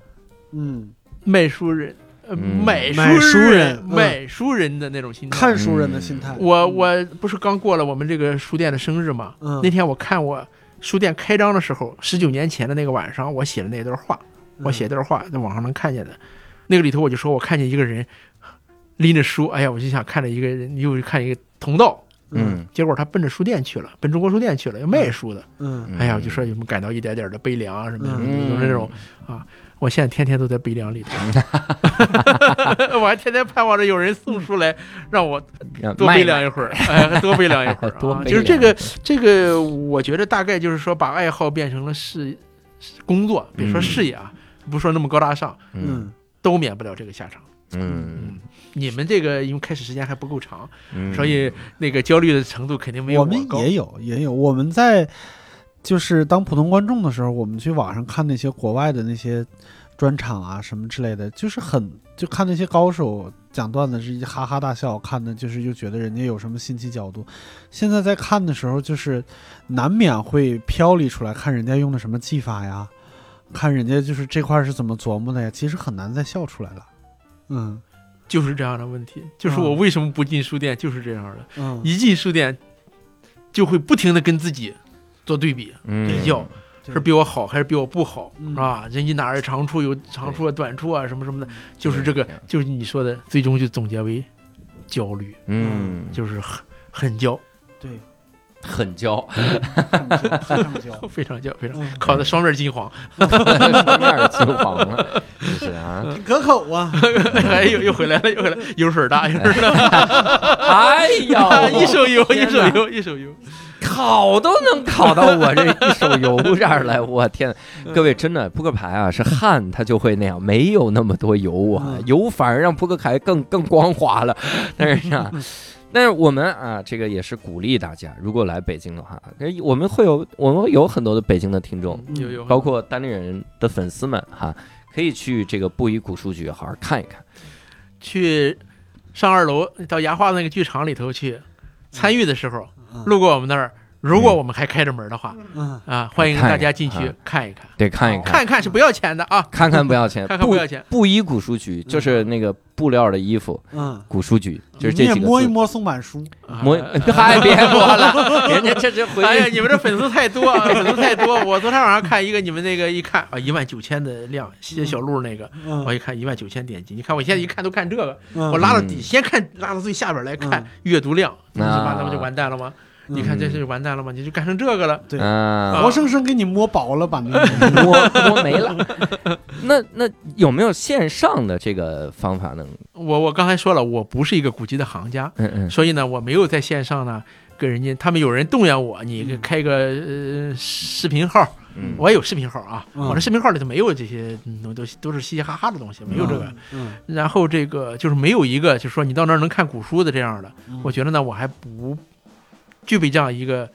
嗯，卖书人，呃，嗯买买书人人，嗯买书人的那种心态。看书人的心态。我我不是刚过了我们这个书店的生日嘛？嗯那天我看我书店开张的时候，十九年前的那个晚上，我写的那段话，嗯我写一段话，在网上能看见的。那个里头我就说，我看见一个人拎着书，哎呀，我就想看着一个人，又看一个同道，嗯结果他奔着书店去了，奔中国书店去了，要卖书的。嗯嗯哎呀，我就说有没有感到一点点的悲凉啊什么的，嗯就是那种啊，我现在天天都在悲凉里头，嗯 我还天天盼望着有人送书来让我让多卖悲了凉一会儿，哎，多悲凉一 会儿、啊，多悲就是这凉个这个，我觉得大概就是说把爱好变成了事是工作，别说嗯事业啊，不说那么高大上，嗯嗯都免不了这个下场。嗯你们这个因为开始时间还不够长，嗯，所以那个焦虑的程度肯定没有我们高。也有也有，我们在就是当普通观众的时候，我们去网上看那些国外的那些专场啊什么之类的，就是很就看那些高手讲段子是一哈哈大笑，看的就是又觉得人家有什么新奇角度。现在在看的时候，就是难免会飘离出来，看人家用的什么技法呀，看人家就是这块儿是怎么琢磨的呀，其实很难再笑出来了。嗯就是这样的问题，就是我嗯为什么不进书店，就是这样的。嗯，一进书店，就会不停的跟自己做对比，嗯比较对是比我好还是比我不好，嗯是吧？人家哪儿有长处有长处啊，短处啊，什么什么的，就是这个嗯对，就是你说的，最终就总结为焦虑，嗯，就是很很焦， 对，很焦， 上焦上焦非常焦，非常嗯考的双面金黄，面儿金黄了，就是 啊，嗯可口啊。 哎，又又回来了，又 回来了，油水嗯大，油水大，哎呀， 一手油，一天手哪油，一手油，烤都能烤到我这一手油这儿来，我天！嗯各位真的，扑克牌啊是汗，它就会那样，没有那么多油啊嗯，油反而让扑克牌更更光滑了。嗯但是 啊，但是我们啊，这个也是鼓励大家，如果来北京的话，我们会有我们有很多的北京的听众，嗯有有，包括单立人的粉丝们哈、可以去这个布宜古书局好好看一看。去上二楼到牙花那个剧场里头去参与的时候，嗯路过我们那儿，如嗯果我们还开着门的话嗯啊，欢迎看一大家看进去啊看一看，对，看一看，哦看看是不要钱的啊，看看不要钱， 看看不要钱，嗯布衣古书局就是那个布料的衣服， 嗯。古书局就是你这也几个摸一字。摸松板书，摸， 嗨，别摸 了，人家这是回啊哎呀，你们这粉丝太多，啊，粉丝太多！我昨天晚上看一个你们那个，一看啊，一万九千的量，谢小鹿那个，嗯我一看一万九千点击，你看我现在一看都看这个，嗯我拉到底，先看拉到最下边来看嗯阅读量，嗯是吧？那不就完蛋了吗？嗯你看这就完蛋了吗？你就干成这个了，对， 啊，活生生给你摸薄了把那个， 摸摸没了。 那那有没有线上的这个方法能？我我刚才说了，我不是一个古籍的行家，嗯嗯所以呢，我没有在线上呢。跟人家他们有人动员我，你嗯开个呃视频号，嗯，我也有视频号啊，嗯我这视频号里头没有这些，嗯都都都是嘻嘻哈哈的东西，没有这个。嗯，然后这个就是没有一个，就是说你到那儿能看古书的这样的，嗯我觉得呢，我还不具备这样一个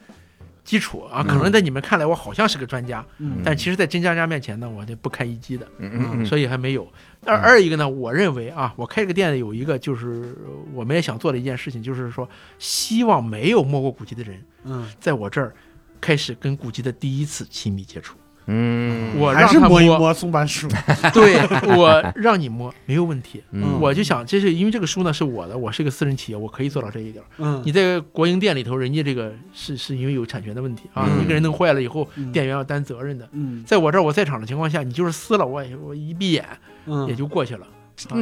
基础啊。嗯可能在你们看来，我好像是个专家，嗯但其实，在真家家面前呢，我这不堪一击的，嗯嗯嗯，所以还没有。二嗯二一个呢，我认为啊，我开这个店有一个就是我们也想做的一件事情，就是说，希望没有摸过古籍的人，嗯，在我这儿开始跟古籍的第一次亲密接触。嗯，我还让是他摸一摸，摸松 板书， 对我让你摸没有问题。嗯我就想，这是因为这个书呢是我的，我是一个私人企业，我可以做到这一点儿。嗯，你在国营店里头，人家这个是是因为有产权的问题啊，嗯一个人弄坏了以后，嗯店员要担责任的。嗯在我这儿，我在场的情况下，你就是撕了，我也我一闭眼嗯，也就过去了。啊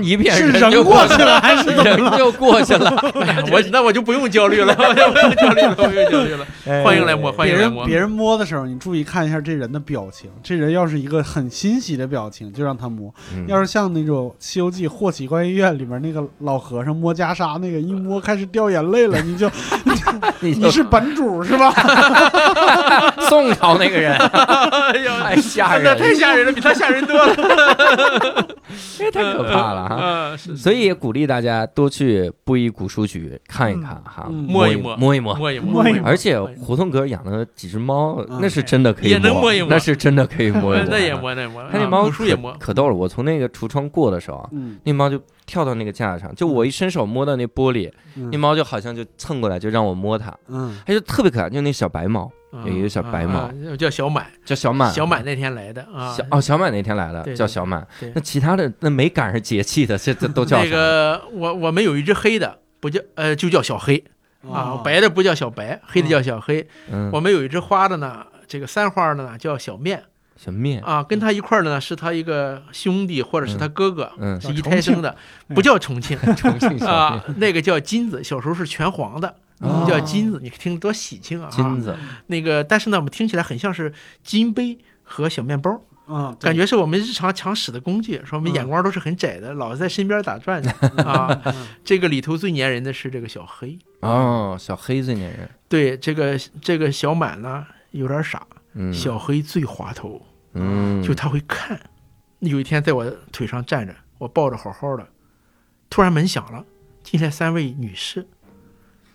一片是人就嗯人过 去了还是怎么人了？就过去了。哎 呀我那我就不用焦虑了， 我就不用焦虑了，我不用焦虑了。欢迎来摸，欢别迎来人摸。别人摸的时候，你注意看一下这人的表情。这人要是一个很欣喜的表情，就让他摸；嗯要是像那种《西游记》霍启观音院里面那个老和尚摸袈裟，那个一摸开始掉眼泪了， 你就你你是本主是吧？宋朝那个人，哎呀， 太吓那人太了。吓人了，比他吓人多了。这 哎太可怕了哈。啊！是所以也鼓励大家多去布衣古书局看一看哈，嗯摸摸一摸摸，摸一摸。摸一摸 一摸而且胡同哥养的几只猫，嗯那是真的可以也能摸一摸嗯那是真的可以摸一摸。那也，摸那也摸，他那啊猫古书也可摸，可逗了。我从那个橱窗过的时候啊，嗯，那猫就跳到那个架上，嗯就我一伸手摸到那玻璃，那猫就好像就蹭过来，就让我摸它，嗯它就特别可爱，就那小白猫啊有一个小白猫，啊啊叫小满，叫小满，小满那天来的啊，小哦，小满那天来了，对叫对小满对。那其他的那没赶上节气的，这这都叫那啥？个我我们有一只黑的，不叫呃就叫小黑嗯哦啊，白的不叫小白，黑的叫小黑。嗯我，们有一只花的呢，这个三花的呢叫小面小面，啊，跟他一块儿的呢是他一个兄弟或者是他哥哥，嗯嗯，是一胎生的，不叫重庆重庆小面啊，那个叫金子，小时候是拳皇的。哦叫金子，你听着多喜庆啊！金子，那个，但是呢，我们听起来很像是金杯和小面包，啊，感觉是我们日常常使的工具，说我们眼光都是很窄的，老是在身边打转的啊。嗯这个里头最粘人的是这个小黑，哦，小黑最粘人，对这个这个小满呢有点傻，嗯，小黑最滑头，嗯，就他会看。有一天在我腿上站着，我抱着好好的，突然门响了，进来三位女士，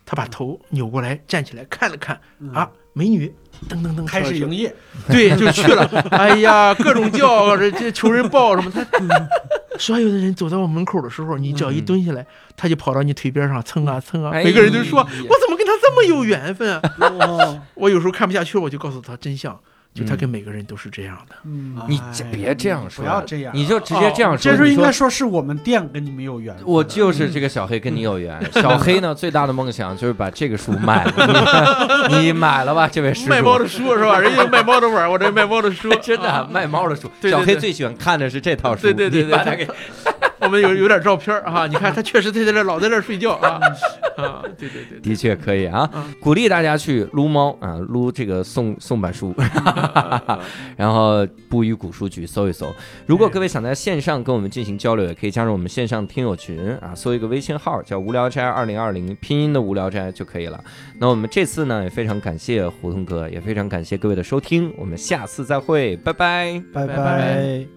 她把头扭过来站起来看了看，啊，美女，噔噔噔嗯开跳始了营业， 对，就去了。哎呀，各种叫，这这求人抱什么，他所有的人走到我门口的时候，你只要一蹲下来，他就跑到你腿边上蹭啊蹭啊。嗯哎每个人都说，呀我怎么跟他这么有缘分啊？ 哦我有时候看不下去，我就告诉他真相，就嗯他跟每个人都是这样的。嗯，你这别这样说，哎不要这样，哦你就直接这样说，这时候你应说该说是我们店跟你们有缘分，我就是这个小黑跟你有缘。小黑呢，最大的梦想就是把这个书卖了。你你买了吧，这位施卖猫主。，的书是吧？人家卖猫的碗，我这卖猫的书 真的啊卖猫的书，对对小黑对最喜欢看的是这套书。对对对你对把它给我们有有点照片儿啊，你看他确实在这老在这睡觉啊啊，对对对对，的确可以啊嗯，鼓励大家去撸猫啊，撸这个宋宋版书，嗯 然后布衣古书局搜一搜。如果各位想在线上跟我们进行交流，也可以加入我们线上听友群啊，搜一个微信号叫“无聊斋二零二零”，拼音的“无聊斋”就可以了。那我们这次呢，也非常感谢胡同哥，也非常感谢各位的收听，我们下次再会，拜拜。拜拜拜